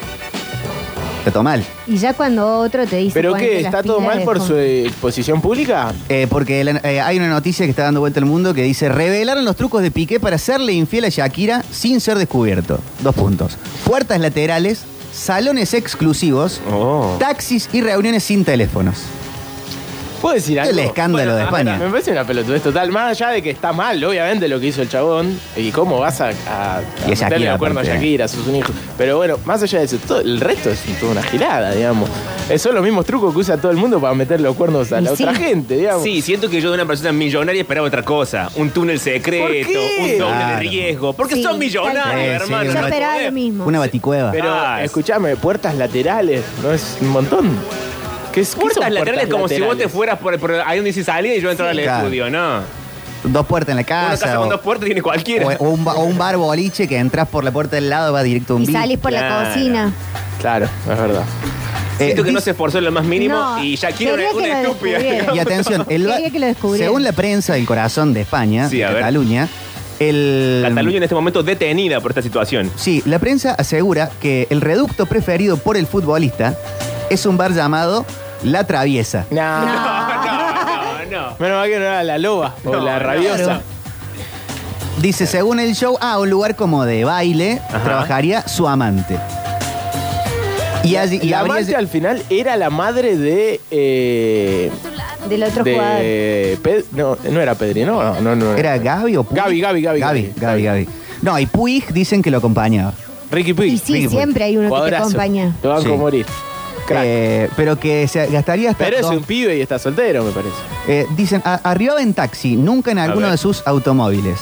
[SPEAKER 1] te todo mal.
[SPEAKER 2] Y ya cuando otro te dice.
[SPEAKER 4] ¿Pero
[SPEAKER 2] ponete
[SPEAKER 4] qué?
[SPEAKER 2] las
[SPEAKER 4] ¿Está todo
[SPEAKER 2] pilas,
[SPEAKER 4] mal por
[SPEAKER 2] dejo.
[SPEAKER 4] su exposición pública?
[SPEAKER 1] Eh, porque la- eh, hay una noticia que está dando vuelta al mundo que dice, revelaron los trucos de Piqué para serle infiel a Shakira sin ser descubierto. Dos puntos. Puertas laterales, salones exclusivos,
[SPEAKER 3] Oh.
[SPEAKER 1] taxis y reuniones sin teléfonos.
[SPEAKER 4] ¿Puedo decir algo?
[SPEAKER 1] El escándalo de España.
[SPEAKER 4] Me parece una pelotudez total, más allá de que está mal, obviamente, lo que hizo el chabón. ¿Y cómo vas a, a, a
[SPEAKER 1] Y a
[SPEAKER 4] meterle
[SPEAKER 1] Shakira,
[SPEAKER 4] la cuerda a
[SPEAKER 1] aparte.
[SPEAKER 4] Shakira, sos un hijo? Pero bueno, más allá de eso, todo- el resto es toda una gilada, digamos. Eh, Son los mismos trucos que usa todo el mundo para meter los cuernos a
[SPEAKER 2] Y
[SPEAKER 4] la
[SPEAKER 2] sí.
[SPEAKER 4] otra gente, digamos.
[SPEAKER 3] Sí, siento que yo de una persona millonaria esperaba otra cosa. Un túnel secreto,
[SPEAKER 4] ¿Por
[SPEAKER 3] un
[SPEAKER 4] qué?
[SPEAKER 3] doble de
[SPEAKER 1] Claro.
[SPEAKER 3] riesgo. Porque
[SPEAKER 2] Sí,
[SPEAKER 3] son millonarios,
[SPEAKER 1] tal cual.
[SPEAKER 3] hermano.
[SPEAKER 1] Sí, sí,
[SPEAKER 2] Yo
[SPEAKER 3] no
[SPEAKER 1] una-
[SPEAKER 2] esperaba
[SPEAKER 3] podés.
[SPEAKER 2] lo mismo.
[SPEAKER 1] Una baticueva.
[SPEAKER 4] Pero
[SPEAKER 3] Ah, es-
[SPEAKER 4] escúchame, puertas laterales, ¿no es un montón? ¿Qué es, qué son
[SPEAKER 3] Puertas laterales como si vos te
[SPEAKER 4] laterales?
[SPEAKER 3] fueras por, por ahí donde dice salida y yo entro al
[SPEAKER 1] claro.
[SPEAKER 3] estudio, ¿no?
[SPEAKER 1] Dos puertas en la
[SPEAKER 3] Una casa
[SPEAKER 1] casa.
[SPEAKER 3] con
[SPEAKER 1] o-
[SPEAKER 3] dos puertas tiene cualquiera.
[SPEAKER 1] O, o un, ba- o un bar boliche que entras por la puerta del lado, va directo a un Eh,
[SPEAKER 2] Y
[SPEAKER 1] bil.
[SPEAKER 2] salís por
[SPEAKER 3] Claro.
[SPEAKER 2] la cocina.
[SPEAKER 4] Claro, es verdad.
[SPEAKER 1] Eh,
[SPEAKER 3] Siento que no
[SPEAKER 1] dice-
[SPEAKER 3] se esforzó en lo más mínimo
[SPEAKER 2] No,
[SPEAKER 3] y Shakira
[SPEAKER 2] quería
[SPEAKER 3] era
[SPEAKER 2] que
[SPEAKER 3] una
[SPEAKER 2] lo
[SPEAKER 3] estúpida.
[SPEAKER 2] descubrieran.
[SPEAKER 1] Y atención, el ba-
[SPEAKER 2] Quería que lo descubrieran.
[SPEAKER 1] según la prensa del corazón de España,
[SPEAKER 3] Sí,
[SPEAKER 1] de
[SPEAKER 3] a ver.
[SPEAKER 1] Cataluña, el.
[SPEAKER 3] Cataluña en este momento detenida por esta situación.
[SPEAKER 1] Sí, la prensa asegura que el reducto preferido por el futbolista es un bar llamado La Traviesa.
[SPEAKER 4] No.
[SPEAKER 2] Ah.
[SPEAKER 3] No, no, no.
[SPEAKER 4] Menos mal que no era la loba o
[SPEAKER 3] No,
[SPEAKER 4] la
[SPEAKER 3] no.
[SPEAKER 4] rabiosa.
[SPEAKER 1] Claro. Dice, según el show, ah, un lugar como de baile
[SPEAKER 3] Ajá.
[SPEAKER 1] trabajaría su amante. Y, allí, y
[SPEAKER 4] la
[SPEAKER 1] habría-
[SPEAKER 4] amante al final era la madre de. eh,
[SPEAKER 2] Del otro jugador.
[SPEAKER 4] de Ped- no, no era Pedri, no, no, no. no.
[SPEAKER 1] ¿Era Gaby o Puig?
[SPEAKER 4] Gaby, Gaby, Gaby,
[SPEAKER 1] Gaby,
[SPEAKER 4] Gaby.
[SPEAKER 1] Gaby, Gaby. No, y Puig dicen que lo acompañaba.
[SPEAKER 4] Ricky
[SPEAKER 2] Y
[SPEAKER 4] Puig.
[SPEAKER 2] sí,
[SPEAKER 1] Ricky Puig.
[SPEAKER 2] siempre hay uno que te
[SPEAKER 4] Jugadorazo.
[SPEAKER 2] acompaña.
[SPEAKER 4] Lo banco
[SPEAKER 1] Sí.
[SPEAKER 4] a morir. Crack.
[SPEAKER 1] Eh, pero que se gastaría hasta.
[SPEAKER 4] Pero es
[SPEAKER 1] dos-
[SPEAKER 4] un pibe y está soltero, me parece.
[SPEAKER 1] eh, dicen, a- arribaba en taxi, nunca en alguno
[SPEAKER 3] ver.
[SPEAKER 1] de sus automóviles.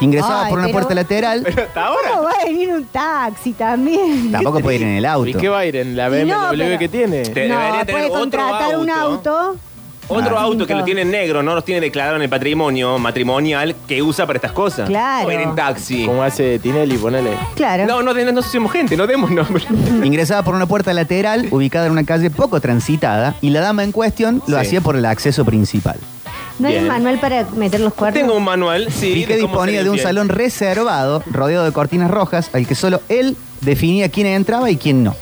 [SPEAKER 1] Ingresaba
[SPEAKER 2] Ay,
[SPEAKER 1] por una
[SPEAKER 2] pero-
[SPEAKER 1] puerta lateral,
[SPEAKER 3] Pero hasta ahora.
[SPEAKER 2] ¿Cómo va a venir un taxi también?
[SPEAKER 1] tampoco puede ir en el
[SPEAKER 4] ¿Y qué
[SPEAKER 1] auto.
[SPEAKER 4] va a ir en la
[SPEAKER 2] Y
[SPEAKER 4] BMW
[SPEAKER 2] no, pero-
[SPEAKER 4] que tiene?
[SPEAKER 3] Te- debería
[SPEAKER 2] no,
[SPEAKER 3] tener
[SPEAKER 2] puede
[SPEAKER 3] otro
[SPEAKER 2] contratar un
[SPEAKER 3] auto.
[SPEAKER 2] auto.
[SPEAKER 3] Otro
[SPEAKER 2] Ah.
[SPEAKER 3] auto que lo tiene en negro, no los tiene declarado en el patrimonio matrimonial que usa para estas cosas.
[SPEAKER 2] Claro.
[SPEAKER 3] O ir en taxi.
[SPEAKER 4] Como hace Tinelli, ponele.
[SPEAKER 2] Claro.
[SPEAKER 3] No, no, no, no somos gente, no demos nombre.
[SPEAKER 1] Ingresaba por una puerta lateral ubicada en una calle poco transitada y la dama en cuestión lo
[SPEAKER 3] Sí.
[SPEAKER 1] hacía por el acceso principal.
[SPEAKER 2] ¿No hay
[SPEAKER 3] Bien.
[SPEAKER 2] un manual para meter los cuernos?
[SPEAKER 3] Tengo un manual, sí.
[SPEAKER 1] Y que
[SPEAKER 3] de cómo
[SPEAKER 1] disponía
[SPEAKER 3] ser
[SPEAKER 1] de un
[SPEAKER 3] infiel.
[SPEAKER 1] salón reservado rodeado de cortinas rojas al que solo él definía quién entraba y quién no.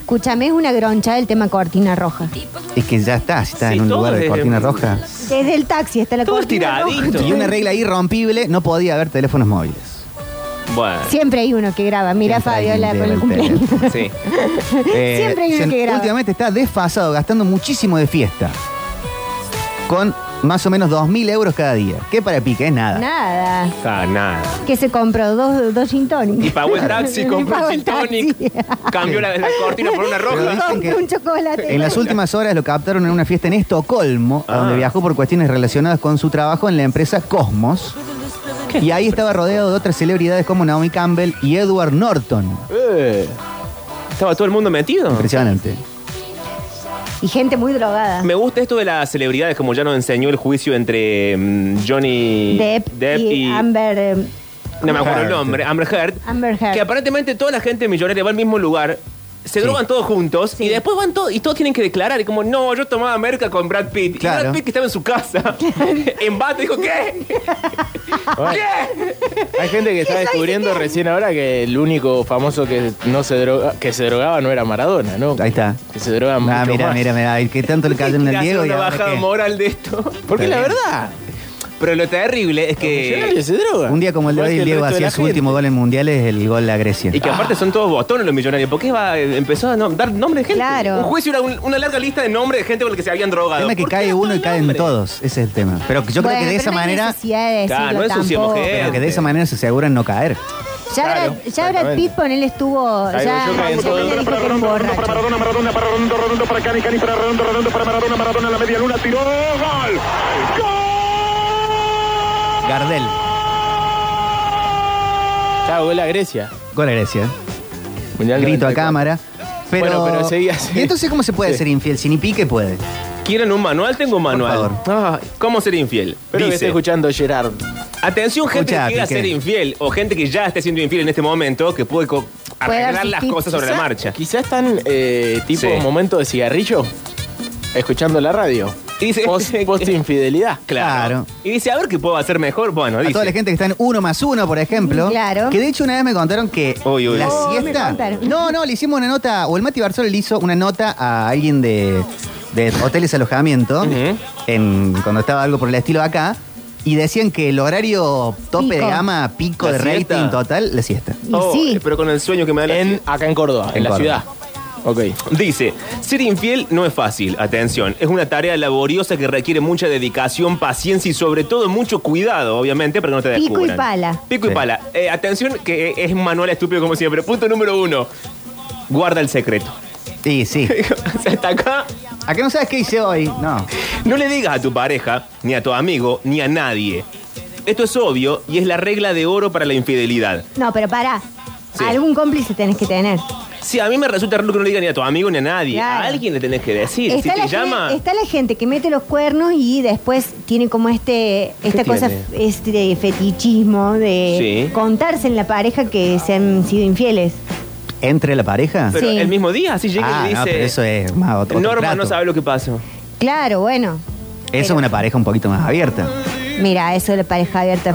[SPEAKER 2] Escúchame, es una groncha el tema cortina roja.
[SPEAKER 1] Es que ya está, si está
[SPEAKER 3] Sí,
[SPEAKER 1] en un
[SPEAKER 3] todo
[SPEAKER 1] lugar de
[SPEAKER 3] desde-
[SPEAKER 1] cortina roja.
[SPEAKER 2] Desde el taxi hasta la
[SPEAKER 3] Todo
[SPEAKER 2] cortina roja.
[SPEAKER 3] estiradito.
[SPEAKER 1] Y una regla irrompible, no podía haber teléfonos móviles.
[SPEAKER 3] Bueno,
[SPEAKER 2] Siempre hay uno que graba. Mira,
[SPEAKER 1] Siempre hay
[SPEAKER 2] Fabiola,
[SPEAKER 1] un
[SPEAKER 2] con
[SPEAKER 1] tema
[SPEAKER 2] el
[SPEAKER 1] del
[SPEAKER 2] cumpleaños.
[SPEAKER 3] sí.
[SPEAKER 1] Eh,
[SPEAKER 2] Siempre hay uno
[SPEAKER 1] se-
[SPEAKER 2] que graba.
[SPEAKER 1] Últimamente está desfasado, gastando muchísimo de fiesta. Con más o menos 2.000 euros cada día. Que para pique es nada.
[SPEAKER 2] Nada.
[SPEAKER 3] Está nada.
[SPEAKER 2] Que se compró dos, dos gin tonic.
[SPEAKER 3] Y pagó el taxi,
[SPEAKER 2] Y
[SPEAKER 3] compró
[SPEAKER 2] pagó
[SPEAKER 3] un
[SPEAKER 2] el
[SPEAKER 3] gin tonic,
[SPEAKER 2] taxi.
[SPEAKER 3] cambió la, la cortina por una
[SPEAKER 1] Pero
[SPEAKER 3] roja.
[SPEAKER 1] dice- Dicen que
[SPEAKER 2] Compró un chocolate.
[SPEAKER 1] En las últimas horas lo captaron en una fiesta en Estocolmo, a
[SPEAKER 3] Ah.
[SPEAKER 1] donde viajó por cuestiones relacionadas con su trabajo en la empresa Cosmos. Y ahí estaba rodeado de otras celebridades como Naomi Campbell y Edward Norton.
[SPEAKER 4] Eh,
[SPEAKER 3] Estaba todo el mundo metido.
[SPEAKER 1] Impresionante.
[SPEAKER 2] Y gente muy drogada.
[SPEAKER 3] Me gusta esto de las celebridades, como ya nos enseñó el juicio entre mm, Johnny
[SPEAKER 2] Depp, y, Amber. eh,
[SPEAKER 3] No me acuerdo el
[SPEAKER 1] Heard.
[SPEAKER 3] nombre, Amber Heard.
[SPEAKER 2] Amber Heard.
[SPEAKER 3] Que aparentemente toda la gente millonaria va al mismo lugar. Se drogan todos juntos y después van todos y todos tienen que declarar. Y como, no, yo tomaba merca con Brad Pitt. Y
[SPEAKER 1] Claro.
[SPEAKER 3] Brad Pitt que estaba en su casa, en bate, dijo, ¿qué? ¿Qué?
[SPEAKER 4] hay gente que está descubriendo recién ahora que el único famoso que no se droga, que se drogaba no era Maradona, ¿no?
[SPEAKER 1] Ahí está.
[SPEAKER 4] Que se drogaba mucho
[SPEAKER 1] Ah, mira,
[SPEAKER 4] más.
[SPEAKER 1] mira, mira, ay, que tanto le cayeron
[SPEAKER 3] Quiere
[SPEAKER 1] al
[SPEAKER 3] hacer
[SPEAKER 1] Diego y
[SPEAKER 3] una
[SPEAKER 1] ahora
[SPEAKER 3] bajada
[SPEAKER 1] qué.
[SPEAKER 3] moral de esto.
[SPEAKER 4] Porque la verdad,
[SPEAKER 3] Pero lo terrible es que.
[SPEAKER 4] millonarios se droga.
[SPEAKER 1] Un día como el de
[SPEAKER 4] Igual
[SPEAKER 1] hoy,
[SPEAKER 4] que
[SPEAKER 1] el Diego
[SPEAKER 4] resto de
[SPEAKER 1] hacía
[SPEAKER 4] la
[SPEAKER 1] su
[SPEAKER 4] gente.
[SPEAKER 1] último gol en mundiales, el gol a Grecia. Ah,
[SPEAKER 3] Y que aparte son todos botones los millonarios. ¿Por qué va, empezó a no- dar nombre de gente?
[SPEAKER 2] Claro.
[SPEAKER 3] Un juicio era un- una larga lista de nombres de gente con la que se habían
[SPEAKER 1] el
[SPEAKER 3] drogado.
[SPEAKER 1] tema es que
[SPEAKER 3] ¿Por qué
[SPEAKER 1] cae
[SPEAKER 3] da
[SPEAKER 1] uno y
[SPEAKER 3] el
[SPEAKER 1] caen
[SPEAKER 3] nombre?
[SPEAKER 1] todos. Ese es el tema. Pero
[SPEAKER 2] bueno,
[SPEAKER 1] yo creo que de
[SPEAKER 2] pero
[SPEAKER 1] esa
[SPEAKER 2] no hay
[SPEAKER 1] manera.
[SPEAKER 2] necesidad de
[SPEAKER 3] Claro,
[SPEAKER 2] decirlo
[SPEAKER 3] no ensuciemos
[SPEAKER 2] tampoco.
[SPEAKER 3] gente.
[SPEAKER 1] Pero que de esa manera se aseguran no caer.
[SPEAKER 2] Ya,
[SPEAKER 4] Claro,
[SPEAKER 2] Brad- ya Brad Pitt,
[SPEAKER 4] exactamente.
[SPEAKER 2] ponele, estuvo.
[SPEAKER 4] Ahí
[SPEAKER 2] ya
[SPEAKER 4] yo
[SPEAKER 2] ya
[SPEAKER 4] caí en
[SPEAKER 2] le
[SPEAKER 4] todo.
[SPEAKER 2] dijo que es borracho.
[SPEAKER 5] Maradona, Maradona, para Redondo, Redondo para Cani, Cani para Redondo, Redondo para Maradona, Maradona en la media luna, tiró, gol, gol.
[SPEAKER 1] Gardel.
[SPEAKER 4] Chao, gol a Grecia.
[SPEAKER 1] Gol a Grecia.
[SPEAKER 4] Mundial
[SPEAKER 1] grito a
[SPEAKER 4] 94.
[SPEAKER 1] cámara. Pero,
[SPEAKER 4] Bueno, pero seguía así.
[SPEAKER 1] ¿Y entonces cómo se puede
[SPEAKER 4] Sí.
[SPEAKER 1] ser infiel? Si ni pique puede.
[SPEAKER 3] ¿Quieren un manual? Tengo un manual.
[SPEAKER 1] favor.
[SPEAKER 3] Ah, ¿Cómo ser infiel?
[SPEAKER 4] Espero que
[SPEAKER 3] Dice,
[SPEAKER 4] esté escuchando Gerard.
[SPEAKER 3] atención gente
[SPEAKER 1] Escuchá,
[SPEAKER 3] que quiera
[SPEAKER 1] Piqué.
[SPEAKER 3] ser infiel o gente que ya esté siendo infiel en este momento, que puede co- arreglar las
[SPEAKER 2] asistir.
[SPEAKER 3] cosas sobre la
[SPEAKER 4] Quizá-
[SPEAKER 3] marcha.
[SPEAKER 4] Quizás están eh, tipo
[SPEAKER 3] Sí.
[SPEAKER 4] momento de cigarrillo, escuchando la radio.
[SPEAKER 3] Y dice-
[SPEAKER 4] Post, post infidelidad.
[SPEAKER 3] Claro.
[SPEAKER 1] Claro.
[SPEAKER 3] Y dice, a ver qué puedo hacer mejor. Bueno,
[SPEAKER 1] A
[SPEAKER 3] dice.
[SPEAKER 1] toda la gente que está en uno más uno, por ejemplo.
[SPEAKER 2] Mm, Claro.
[SPEAKER 1] Que de hecho una vez me contaron que
[SPEAKER 3] Uy, uy,
[SPEAKER 1] la
[SPEAKER 3] uy.
[SPEAKER 2] Oh, me
[SPEAKER 1] siesta.
[SPEAKER 2] contaron.
[SPEAKER 1] No, no, le hicimos una nota, o el Mati Barzol le hizo una nota a alguien de, de hoteles alojamiento,
[SPEAKER 3] Ujú.
[SPEAKER 1] en, cuando estaba algo por el estilo acá, y decían que el horario tope
[SPEAKER 2] Pico.
[SPEAKER 1] de gama, pico
[SPEAKER 3] La
[SPEAKER 1] de
[SPEAKER 3] siesta.
[SPEAKER 1] rating total, la siesta.
[SPEAKER 2] Y
[SPEAKER 3] Oh,
[SPEAKER 2] sí.
[SPEAKER 3] Pero con el sueño que me da la
[SPEAKER 4] En, acá en Córdoba, en,
[SPEAKER 1] En
[SPEAKER 4] la
[SPEAKER 1] Córdoba.
[SPEAKER 4] ciudad. Ok.
[SPEAKER 3] Dice, ser infiel no es fácil, atención, es una tarea laboriosa que requiere mucha dedicación, paciencia y sobre todo mucho cuidado, obviamente, para que no te
[SPEAKER 2] Pico y
[SPEAKER 3] descubran.
[SPEAKER 2] pala.
[SPEAKER 3] Pico y
[SPEAKER 1] Sí.
[SPEAKER 3] pala. Eh, atención, que es un manual estúpido como siempre. Punto número uno, guarda el secreto.
[SPEAKER 1] Sí, sí.
[SPEAKER 3] O sea, Hasta acá,
[SPEAKER 1] ¿A qué no sabes qué hice hoy? No.
[SPEAKER 3] no le digas a tu pareja, ni a tu amigo, ni a nadie. Esto es obvio y es la regla de oro para la infidelidad.
[SPEAKER 2] No, pero pará.
[SPEAKER 3] Sí.
[SPEAKER 2] Algún cómplice tenés que tener.
[SPEAKER 3] Si a mí me resulta raro que no le diga ni a tu amigo ni a nadie.
[SPEAKER 2] Claro.
[SPEAKER 3] A alguien le tenés que decir. si te
[SPEAKER 2] la
[SPEAKER 3] llama.
[SPEAKER 2] gente, está la gente que mete los cuernos y después tiene como este esta cosa, este fetichismo de
[SPEAKER 3] Sí.
[SPEAKER 2] contarse en la pareja que se han sido infieles.
[SPEAKER 1] ¿Entre la pareja?
[SPEAKER 3] Pero
[SPEAKER 2] Sí.
[SPEAKER 3] el mismo día, así
[SPEAKER 1] ah,
[SPEAKER 3] llega y le dice.
[SPEAKER 1] no, pero eso es más otro, otro
[SPEAKER 3] Norma no
[SPEAKER 1] trato.
[SPEAKER 3] sabe lo que pasó.
[SPEAKER 2] Claro, bueno.
[SPEAKER 1] Eso es una pareja un poquito más abierta.
[SPEAKER 2] Pues Mira, eso de la pareja abierta.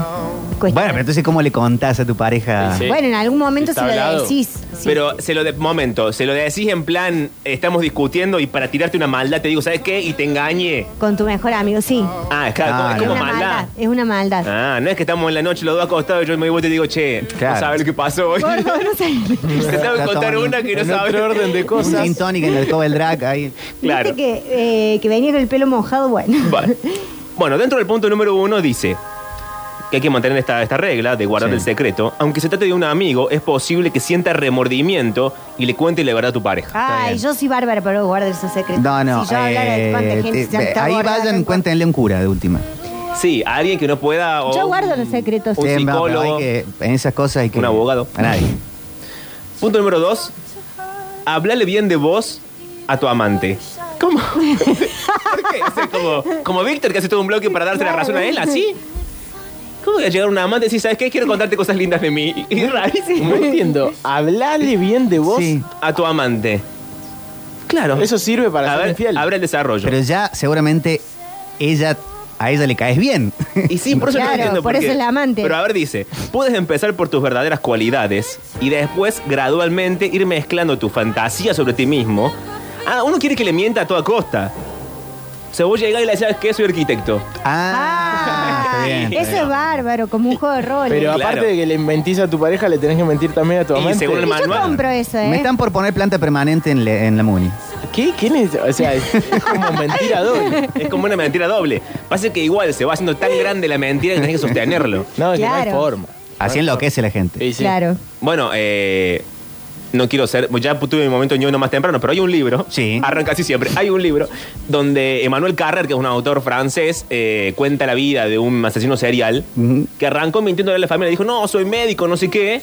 [SPEAKER 2] cuesta.
[SPEAKER 1] Bueno, pero entonces, ¿cómo le contás a tu pareja?
[SPEAKER 4] Sí.
[SPEAKER 2] Bueno, en algún momento se
[SPEAKER 4] Está
[SPEAKER 2] lo
[SPEAKER 4] hablado.
[SPEAKER 2] decís. sí.
[SPEAKER 3] Pero se lo de momento, se lo decís en plan, estamos discutiendo y para tirarte una maldad te digo, ¿sabes qué? Y te engañe.
[SPEAKER 2] Con tu mejor amigo, sí.
[SPEAKER 3] Ah, es, claro,
[SPEAKER 1] Ah,
[SPEAKER 3] es
[SPEAKER 2] Es
[SPEAKER 3] como
[SPEAKER 2] una maldad.
[SPEAKER 3] maldad.
[SPEAKER 2] Es una maldad.
[SPEAKER 3] Ah, no es que estamos en la noche los dos acostados y yo me voy y te digo, che, no
[SPEAKER 1] Claro.
[SPEAKER 3] sabes lo que pasó hoy.
[SPEAKER 2] Gordo, no sé.
[SPEAKER 3] Te tengo que
[SPEAKER 1] Está
[SPEAKER 3] contar
[SPEAKER 1] tomando
[SPEAKER 3] una que no
[SPEAKER 4] en otro
[SPEAKER 3] sabes.
[SPEAKER 4] orden de
[SPEAKER 1] Un
[SPEAKER 4] cosas.
[SPEAKER 1] gin tonic en el Cobel Drag ahí.
[SPEAKER 3] Claro.
[SPEAKER 2] Viste que, eh, que venía con el pelo mojado, bueno.
[SPEAKER 3] Vale. Bueno, dentro del punto número uno dice que hay que mantener esta, esta regla de guardar
[SPEAKER 1] Sí.
[SPEAKER 3] el secreto. Aunque se trate de un amigo, es posible que sienta remordimiento y le cuente la verdad a tu pareja.
[SPEAKER 2] Ay, yo soy bárbara para guardar esos secretos.
[SPEAKER 1] No, no.
[SPEAKER 2] Si yo hablara de
[SPEAKER 1] eh,
[SPEAKER 2] cuánta gente
[SPEAKER 1] te-
[SPEAKER 2] se está
[SPEAKER 1] ahí
[SPEAKER 2] guardando
[SPEAKER 1] vayan,
[SPEAKER 2] en-
[SPEAKER 1] cuéntenle un cura de última.
[SPEAKER 3] Sí, a alguien que no pueda. o
[SPEAKER 2] Ah. Yo guardo
[SPEAKER 3] un-
[SPEAKER 2] los secretos.
[SPEAKER 3] Un
[SPEAKER 1] Sí, va, pero
[SPEAKER 3] psicólogo.
[SPEAKER 1] hay que- en esas cosas hay que.
[SPEAKER 3] Un abogado.
[SPEAKER 1] A nadie.
[SPEAKER 3] Punto número dos. Hablale bien de vos a tu amante. ¿Cómo? ¿Por qué? O sea, como, como Víctor que hace todo un bloque para darse la razón a él, ¿así? ¿Cómo que llegar un amante y decir, ¿sabes qué? Quiero contarte cosas lindas de mí. Y rarísimo.
[SPEAKER 4] No entiendo. Hablale bien de vos.
[SPEAKER 1] Sí.
[SPEAKER 3] A tu amante. Claro.
[SPEAKER 4] Eso sirve para
[SPEAKER 3] a
[SPEAKER 4] ser
[SPEAKER 3] ver,
[SPEAKER 4] infiel.
[SPEAKER 3] Abre el desarrollo.
[SPEAKER 1] Pero ya seguramente ella a ella le caes bien.
[SPEAKER 3] Y sí, por eso no
[SPEAKER 2] Claro,
[SPEAKER 3] entiendo
[SPEAKER 2] por
[SPEAKER 3] qué.
[SPEAKER 2] eso es la amante.
[SPEAKER 3] Pero a ver, dice, puedes empezar por tus verdaderas cualidades y después gradualmente ir mezclando tu fantasía sobre ti mismo. Ah, uno quiere que le mienta a toda costa. O sea, vos llegás y le decís, que soy arquitecto.
[SPEAKER 2] Ah,
[SPEAKER 1] está bien, está
[SPEAKER 2] eso
[SPEAKER 1] bien.
[SPEAKER 2] es bárbaro, como un juego de rol.
[SPEAKER 4] Pero
[SPEAKER 3] Claro.
[SPEAKER 4] aparte de que le mentís a tu pareja, le tenés que mentir también a tu
[SPEAKER 3] Y
[SPEAKER 4] amante.
[SPEAKER 3] según el
[SPEAKER 2] Y yo
[SPEAKER 3] manual.
[SPEAKER 2] compro eso, ¿eh?
[SPEAKER 1] Me están por poner planta permanente en, le- en la Muni.
[SPEAKER 4] ¿Qué? ¿Quién es? O sea, es, es como mentira doble.
[SPEAKER 3] Es como una mentira doble. Pasa que igual se va haciendo tan grande la mentira que tenés que sostenerlo.
[SPEAKER 4] No, es que no hay
[SPEAKER 2] Claro.
[SPEAKER 4] forma.
[SPEAKER 1] Así enloquece la gente.
[SPEAKER 4] Sí, sí.
[SPEAKER 2] Claro.
[SPEAKER 3] Bueno, eh, no quiero ser. pues Ya tuve mi momento ñoño más temprano, pero hay un libro.
[SPEAKER 1] Sí.
[SPEAKER 3] Arranca así siempre. Hay un libro donde Emmanuel Carrer, que es un autor francés, eh, cuenta la vida de un asesino serial
[SPEAKER 1] Ujú.
[SPEAKER 3] que arrancó mintiendo a la familia. Dijo, no, soy médico, no sé qué.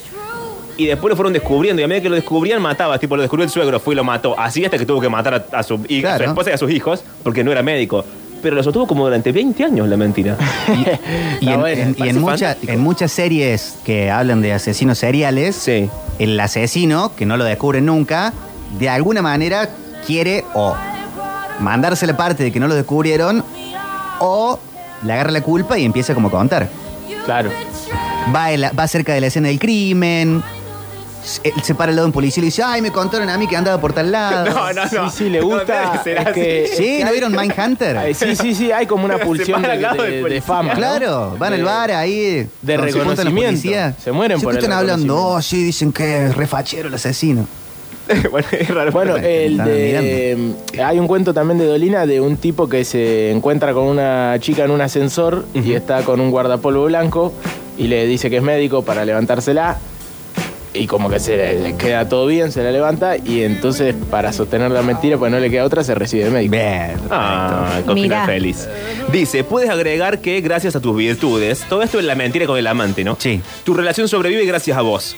[SPEAKER 3] Y después lo fueron descubriendo. Y a medida que lo descubrían, mataba. Tipo, lo descubrió el suegro, fue y lo mató. Así hasta que tuvo que matar a, a su, y- a su
[SPEAKER 1] Claro.
[SPEAKER 3] esposa y a sus hijos, porque no era médico. Pero lo sostuvo como durante 20 años la mentira.
[SPEAKER 1] Y,
[SPEAKER 4] Está
[SPEAKER 1] en,
[SPEAKER 4] bueno,
[SPEAKER 1] en- y
[SPEAKER 3] parece
[SPEAKER 1] en mucha-
[SPEAKER 3] fantástico.
[SPEAKER 1] en muchas series que hablan de asesinos seriales,
[SPEAKER 3] Sí.
[SPEAKER 1] el asesino, que no lo descubre nunca, de alguna manera quiere o mandarse la parte de que no lo descubrieron o le agarra la culpa y empieza como a contar.
[SPEAKER 3] claro.
[SPEAKER 1] Va, en la- va cerca de la escena del crimen, se, se para al lado de un policía y le dice, ay, me contaron a mí que andaba por tal lado.
[SPEAKER 3] No, no, no.
[SPEAKER 4] Sí, sí, le
[SPEAKER 3] No
[SPEAKER 4] gusta.
[SPEAKER 3] debe ser
[SPEAKER 4] es que-
[SPEAKER 3] así.
[SPEAKER 1] Sí, ¿no vieron
[SPEAKER 4] Ay,
[SPEAKER 1] Mindhunter?
[SPEAKER 4] sí, sí, sí, hay como una
[SPEAKER 3] Se
[SPEAKER 4] pulsión
[SPEAKER 3] para
[SPEAKER 4] de,
[SPEAKER 3] al lado
[SPEAKER 4] de-
[SPEAKER 3] del
[SPEAKER 4] de
[SPEAKER 3] policía.
[SPEAKER 4] fama. ¿no?
[SPEAKER 1] Claro, van al bar ahí. cuando se
[SPEAKER 4] de
[SPEAKER 1] juntan los
[SPEAKER 4] reconocimiento.
[SPEAKER 1] policías.
[SPEAKER 4] Se mueren
[SPEAKER 1] Sí,
[SPEAKER 4] por
[SPEAKER 1] que
[SPEAKER 4] el
[SPEAKER 1] están hablando,
[SPEAKER 4] reconocimiento.
[SPEAKER 1] oh, sí, dicen que es refachero el asesino.
[SPEAKER 3] bueno, es raro.
[SPEAKER 4] Bueno, el
[SPEAKER 1] Están
[SPEAKER 4] de. Hay un cuento también de Dolina de un tipo que se encuentra con una chica en un ascensor y está con un guardapolvo blanco y le dice que es médico para levantársela. Y como que se le, le queda todo bien, se la levanta y entonces para sostener la mentira, pues no le queda otra, se recibe de médico.
[SPEAKER 1] Bien.
[SPEAKER 3] Ah, con
[SPEAKER 2] Mirá.
[SPEAKER 3] final feliz. Dice, puedes agregar que gracias a tus virtudes, todo esto es la mentira con el amante, ¿no?
[SPEAKER 1] Sí.
[SPEAKER 3] Tu relación sobrevive gracias a vos.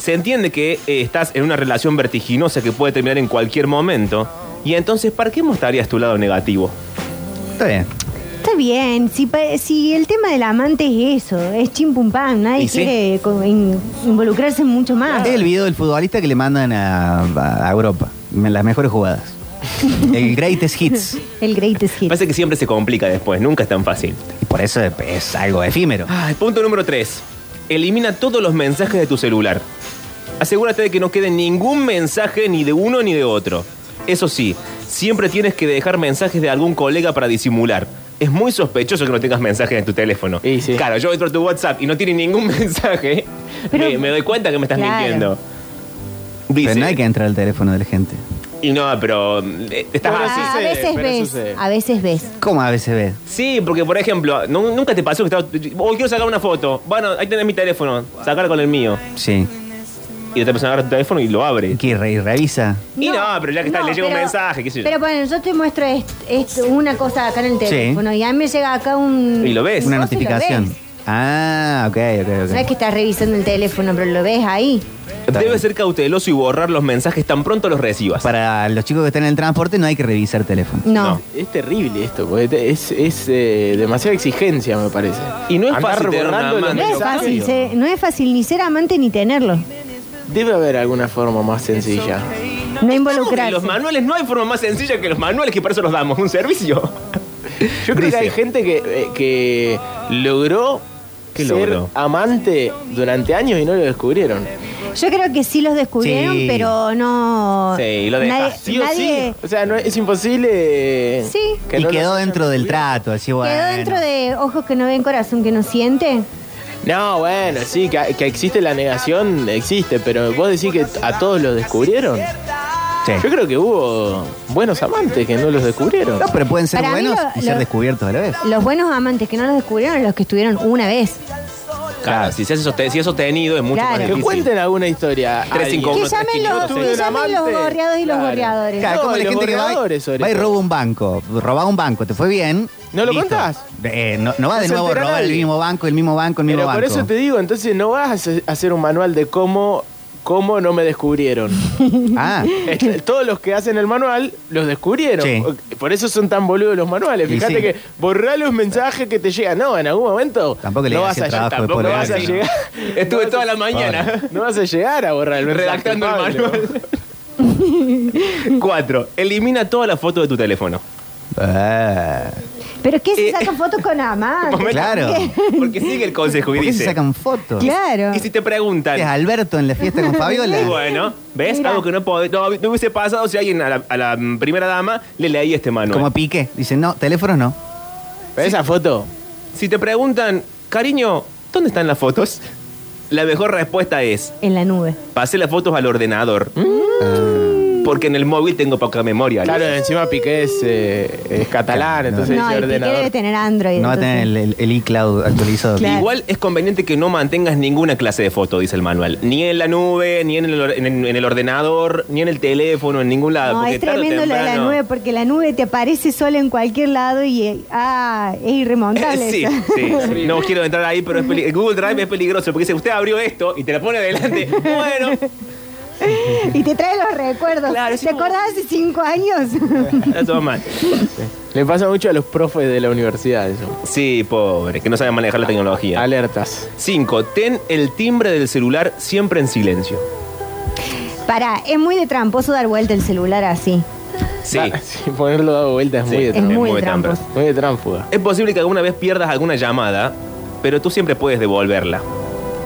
[SPEAKER 3] Se entiende que eh, estás en una relación vertiginosa que puede terminar en cualquier momento. Y entonces, ¿para qué mostrarías tu lado negativo?
[SPEAKER 1] Está bien.
[SPEAKER 2] Está bien, si, pa- si el tema del amante es eso, es chim pum pam, nadie
[SPEAKER 3] Y sí.
[SPEAKER 2] quiere co- in- involucrarse mucho más.
[SPEAKER 1] Es el video del futbolista que le mandan a, a- a Europa. Me- Las mejores jugadas. El greatest hits.
[SPEAKER 2] El greatest hit.
[SPEAKER 3] Parece que siempre se complica después, nunca es tan fácil.
[SPEAKER 1] Y por eso es, es algo efímero.
[SPEAKER 3] Ay, punto número 3. Elimina todos los mensajes de tu celular. Asegúrate de que no quede ningún mensaje ni de uno ni de otro. Eso sí, siempre tienes que dejar mensajes de algún colega para disimular. Es muy sospechoso que no tengas mensajes en tu teléfono.
[SPEAKER 4] Y sí.
[SPEAKER 3] Claro, yo entro a tu WhatsApp y no tiene ningún mensaje.
[SPEAKER 2] Pero-
[SPEAKER 3] me, me doy cuenta que me estás
[SPEAKER 2] Claro.
[SPEAKER 3] mintiendo.
[SPEAKER 1] Pero
[SPEAKER 3] Dice,
[SPEAKER 1] no hay que entrar al teléfono de la gente.
[SPEAKER 3] Y no, pero eh, estás
[SPEAKER 4] Pero
[SPEAKER 3] así.
[SPEAKER 2] Ah, a
[SPEAKER 4] sucede,
[SPEAKER 2] veces
[SPEAKER 4] pero
[SPEAKER 2] ves,
[SPEAKER 4] sucede.
[SPEAKER 2] a veces ves.
[SPEAKER 1] ¿Cómo a veces ves?
[SPEAKER 3] Sí, porque por ejemplo, nu- nunca te pasó que estabas... Oh, quiero sacar una foto. Bueno, ahí tenés mi teléfono. Sacar con el mío.
[SPEAKER 1] Sí.
[SPEAKER 3] y otra persona agarra tu teléfono y lo abre.
[SPEAKER 1] ¿Qué re- y revisa?
[SPEAKER 3] Y no, pero ya que está, le llega un mensaje, qué sé yo.
[SPEAKER 2] Pero bueno, yo te muestro est- esto, una cosa acá en el teléfono y a mí me llega acá un...
[SPEAKER 3] Y lo ves.
[SPEAKER 1] Una
[SPEAKER 2] Vos sí lo
[SPEAKER 1] notificación.
[SPEAKER 2] ves.
[SPEAKER 1] Ah, ok, ok,
[SPEAKER 2] No es
[SPEAKER 1] ok.
[SPEAKER 2] que estás revisando el teléfono, pero lo ves ahí.
[SPEAKER 3] Debes ser cauteloso y borrar los mensajes tan pronto los recibas.
[SPEAKER 1] Para los chicos que están en el transporte no hay que revisar teléfono.
[SPEAKER 2] No.
[SPEAKER 3] No.
[SPEAKER 4] Es terrible esto, porque te- es, es eh, demasiada exigencia, me parece.
[SPEAKER 3] Y no es
[SPEAKER 4] Andar
[SPEAKER 3] fácil tener un
[SPEAKER 4] borrando los
[SPEAKER 3] amante.
[SPEAKER 2] No es,
[SPEAKER 4] mensajes.
[SPEAKER 2] fácil ser- no es fácil ni ser amante ni tenerlo.
[SPEAKER 4] Debe haber alguna forma más sencilla.
[SPEAKER 2] No
[SPEAKER 3] Vamos, que
[SPEAKER 2] involucrarse.
[SPEAKER 3] los manuales no hay forma más sencilla que los manuales que para eso los damos, un servicio.
[SPEAKER 4] Yo creo
[SPEAKER 3] Dice.
[SPEAKER 4] que hay gente que, eh, que logró
[SPEAKER 3] ¿Qué
[SPEAKER 4] ser
[SPEAKER 3] logró?
[SPEAKER 4] amante durante años y no lo descubrieron.
[SPEAKER 2] Yo creo que sí los descubrieron,
[SPEAKER 1] Sí.
[SPEAKER 2] pero no.
[SPEAKER 3] Sí, lo dejas.
[SPEAKER 2] nadie,
[SPEAKER 4] Sí o
[SPEAKER 2] nadie-
[SPEAKER 4] sí. O sea, no, es imposible. eh,
[SPEAKER 2] Sí.
[SPEAKER 4] que
[SPEAKER 1] y
[SPEAKER 4] no
[SPEAKER 1] quedó
[SPEAKER 4] nos hayan
[SPEAKER 1] dentro del trato, así bueno.
[SPEAKER 2] Quedó dentro de ojos que no ven, corazón que no siente.
[SPEAKER 4] descubierto. No, bueno, sí, que, que existe la negación, existe, pero vos decís que a todos los descubrieron.
[SPEAKER 1] Sí.
[SPEAKER 4] Yo creo que hubo buenos amantes que no los descubrieron.
[SPEAKER 1] No, pero pueden ser
[SPEAKER 2] Para mí
[SPEAKER 1] buenos
[SPEAKER 2] lo-
[SPEAKER 1] y ser
[SPEAKER 2] lo-
[SPEAKER 1] descubiertos a la vez.
[SPEAKER 2] Los buenos amantes que no los descubrieron, los que estuvieron una vez.
[SPEAKER 3] Claro, si, se hace soste- si es sostenido es mucho
[SPEAKER 2] Claro.
[SPEAKER 3] más
[SPEAKER 2] Que
[SPEAKER 4] que
[SPEAKER 3] difícil.
[SPEAKER 4] cuenten alguna historia.
[SPEAKER 3] Tres,
[SPEAKER 4] Alguien.
[SPEAKER 3] cinco,
[SPEAKER 2] Que
[SPEAKER 3] uno, tres,
[SPEAKER 2] llamen
[SPEAKER 3] quinientos,
[SPEAKER 2] los,
[SPEAKER 4] Tuve
[SPEAKER 3] seis.
[SPEAKER 2] que
[SPEAKER 4] un
[SPEAKER 2] llamen los
[SPEAKER 4] amante.
[SPEAKER 2] gorreados y los
[SPEAKER 4] Claro.
[SPEAKER 2] gorreadores.
[SPEAKER 1] Claro,
[SPEAKER 4] No,
[SPEAKER 1] como
[SPEAKER 4] y
[SPEAKER 1] la
[SPEAKER 4] los
[SPEAKER 1] gente que va,
[SPEAKER 4] borradores, sobre
[SPEAKER 1] va y
[SPEAKER 4] todo.
[SPEAKER 1] roba un banco, roba un banco, te fue bien.
[SPEAKER 4] ¿No lo
[SPEAKER 1] listo.
[SPEAKER 4] contás?
[SPEAKER 1] Eh, no, no va
[SPEAKER 4] No
[SPEAKER 1] de
[SPEAKER 4] se
[SPEAKER 1] nuevo a
[SPEAKER 4] entera
[SPEAKER 1] robar el
[SPEAKER 4] nadie.
[SPEAKER 1] mismo banco, el mismo banco, el mismo
[SPEAKER 4] Pero
[SPEAKER 1] banco.
[SPEAKER 4] por eso te digo, entonces no vas a hacer un manual de cómo, cómo no me descubrieron.
[SPEAKER 1] Ah,
[SPEAKER 4] Este, Todos los que hacen el manual los descubrieron.
[SPEAKER 1] Sí.
[SPEAKER 4] Por eso son tan boludos los manuales.
[SPEAKER 1] Y
[SPEAKER 4] Fíjate
[SPEAKER 1] sí.
[SPEAKER 4] que borrar los mensajes que te llegan. No, en algún momento
[SPEAKER 1] Tampoco le
[SPEAKER 4] no
[SPEAKER 1] hagas
[SPEAKER 4] vas
[SPEAKER 1] el
[SPEAKER 4] a llegar.
[SPEAKER 1] trabajo de
[SPEAKER 4] Tampoco
[SPEAKER 1] pobre
[SPEAKER 4] vas a
[SPEAKER 1] alguien,
[SPEAKER 4] llegar.
[SPEAKER 3] Estuve toda la mañana
[SPEAKER 4] No vas a llegar a borrar el mensaje,
[SPEAKER 3] redactando el
[SPEAKER 4] Pablo.
[SPEAKER 3] manual. Cuatro, elimina todas las fotos de tu teléfono.
[SPEAKER 1] Ah,
[SPEAKER 2] Pero ¿qué se
[SPEAKER 3] Eh,
[SPEAKER 2] sacan fotos con amantes?
[SPEAKER 3] Momento.
[SPEAKER 1] Claro.
[SPEAKER 3] Porque sigue el consejo y
[SPEAKER 1] ¿Por qué se
[SPEAKER 3] dice.
[SPEAKER 1] sacan fotos?
[SPEAKER 2] Claro.
[SPEAKER 3] Y si te preguntan.
[SPEAKER 1] ¿Es Alberto en la fiesta con
[SPEAKER 3] Y
[SPEAKER 1] Fabiola?
[SPEAKER 3] Bueno, ¿ves?
[SPEAKER 2] Mira.
[SPEAKER 3] Algo que no, pod- no, no hubiese pasado si alguien a la, a la, mm, primera dama le leía este manual.
[SPEAKER 1] Como pique. Dicen, no, teléfonos no.
[SPEAKER 4] Pero esa foto.
[SPEAKER 3] Si te preguntan, cariño, ¿dónde están las fotos? La mejor respuesta es,
[SPEAKER 2] En la nube.
[SPEAKER 3] pasé las fotos al ordenador.
[SPEAKER 2] Ah.
[SPEAKER 3] Porque en el móvil tengo poca memoria.
[SPEAKER 4] Claro, encima Piqué es, eh, es catalán, entonces
[SPEAKER 2] no,
[SPEAKER 4] dice
[SPEAKER 2] el Piqué debe
[SPEAKER 4] ordenador.
[SPEAKER 2] tener Android.
[SPEAKER 1] No va a tener el,
[SPEAKER 2] entonces.
[SPEAKER 1] el- el iCloud actualizado.
[SPEAKER 2] Claro.
[SPEAKER 3] Igual es conveniente que no mantengas ninguna clase de foto, dice el manual. Ni en la nube, ni en el, or- en el- en el ordenador, ni en el teléfono, en ningún lado.
[SPEAKER 2] No,
[SPEAKER 3] Ah, porque
[SPEAKER 2] es
[SPEAKER 3] tarde o
[SPEAKER 2] tremendo lo de la
[SPEAKER 3] temprano-
[SPEAKER 2] nube, porque la nube te aparece sola en cualquier lado y eh, ah, es irremontable.
[SPEAKER 3] Eh, Sí,
[SPEAKER 2] eso.
[SPEAKER 3] sí, sí. No quiero entrar ahí, pero es peli- el Google Drive es peligroso porque dice, usted abrió esto y te la pone adelante. Bueno,
[SPEAKER 2] y te trae los recuerdos.
[SPEAKER 3] Claro, es
[SPEAKER 2] ¿Te
[SPEAKER 3] como-
[SPEAKER 2] acordás hace cinco años?
[SPEAKER 3] está todo mal.
[SPEAKER 4] Le pasa mucho a los profes de la universidad eso.
[SPEAKER 3] Sí, pobre, que no saben manejar la tecnología.
[SPEAKER 4] Alertas.
[SPEAKER 3] 5. Ten el timbre del celular siempre en silencio.
[SPEAKER 2] Pará, es muy de tramposo dar vuelta el celular así.
[SPEAKER 3] Sí.
[SPEAKER 4] Da- Ah, sí, ponerlo dado vuelta es
[SPEAKER 3] sí,
[SPEAKER 4] muy de
[SPEAKER 2] Es
[SPEAKER 4] trampa.
[SPEAKER 2] muy
[SPEAKER 3] de
[SPEAKER 2] tramposo.
[SPEAKER 3] trampa.
[SPEAKER 4] Muy de trámfuga.
[SPEAKER 3] Es posible que alguna vez pierdas alguna llamada, pero tú siempre puedes devolverla.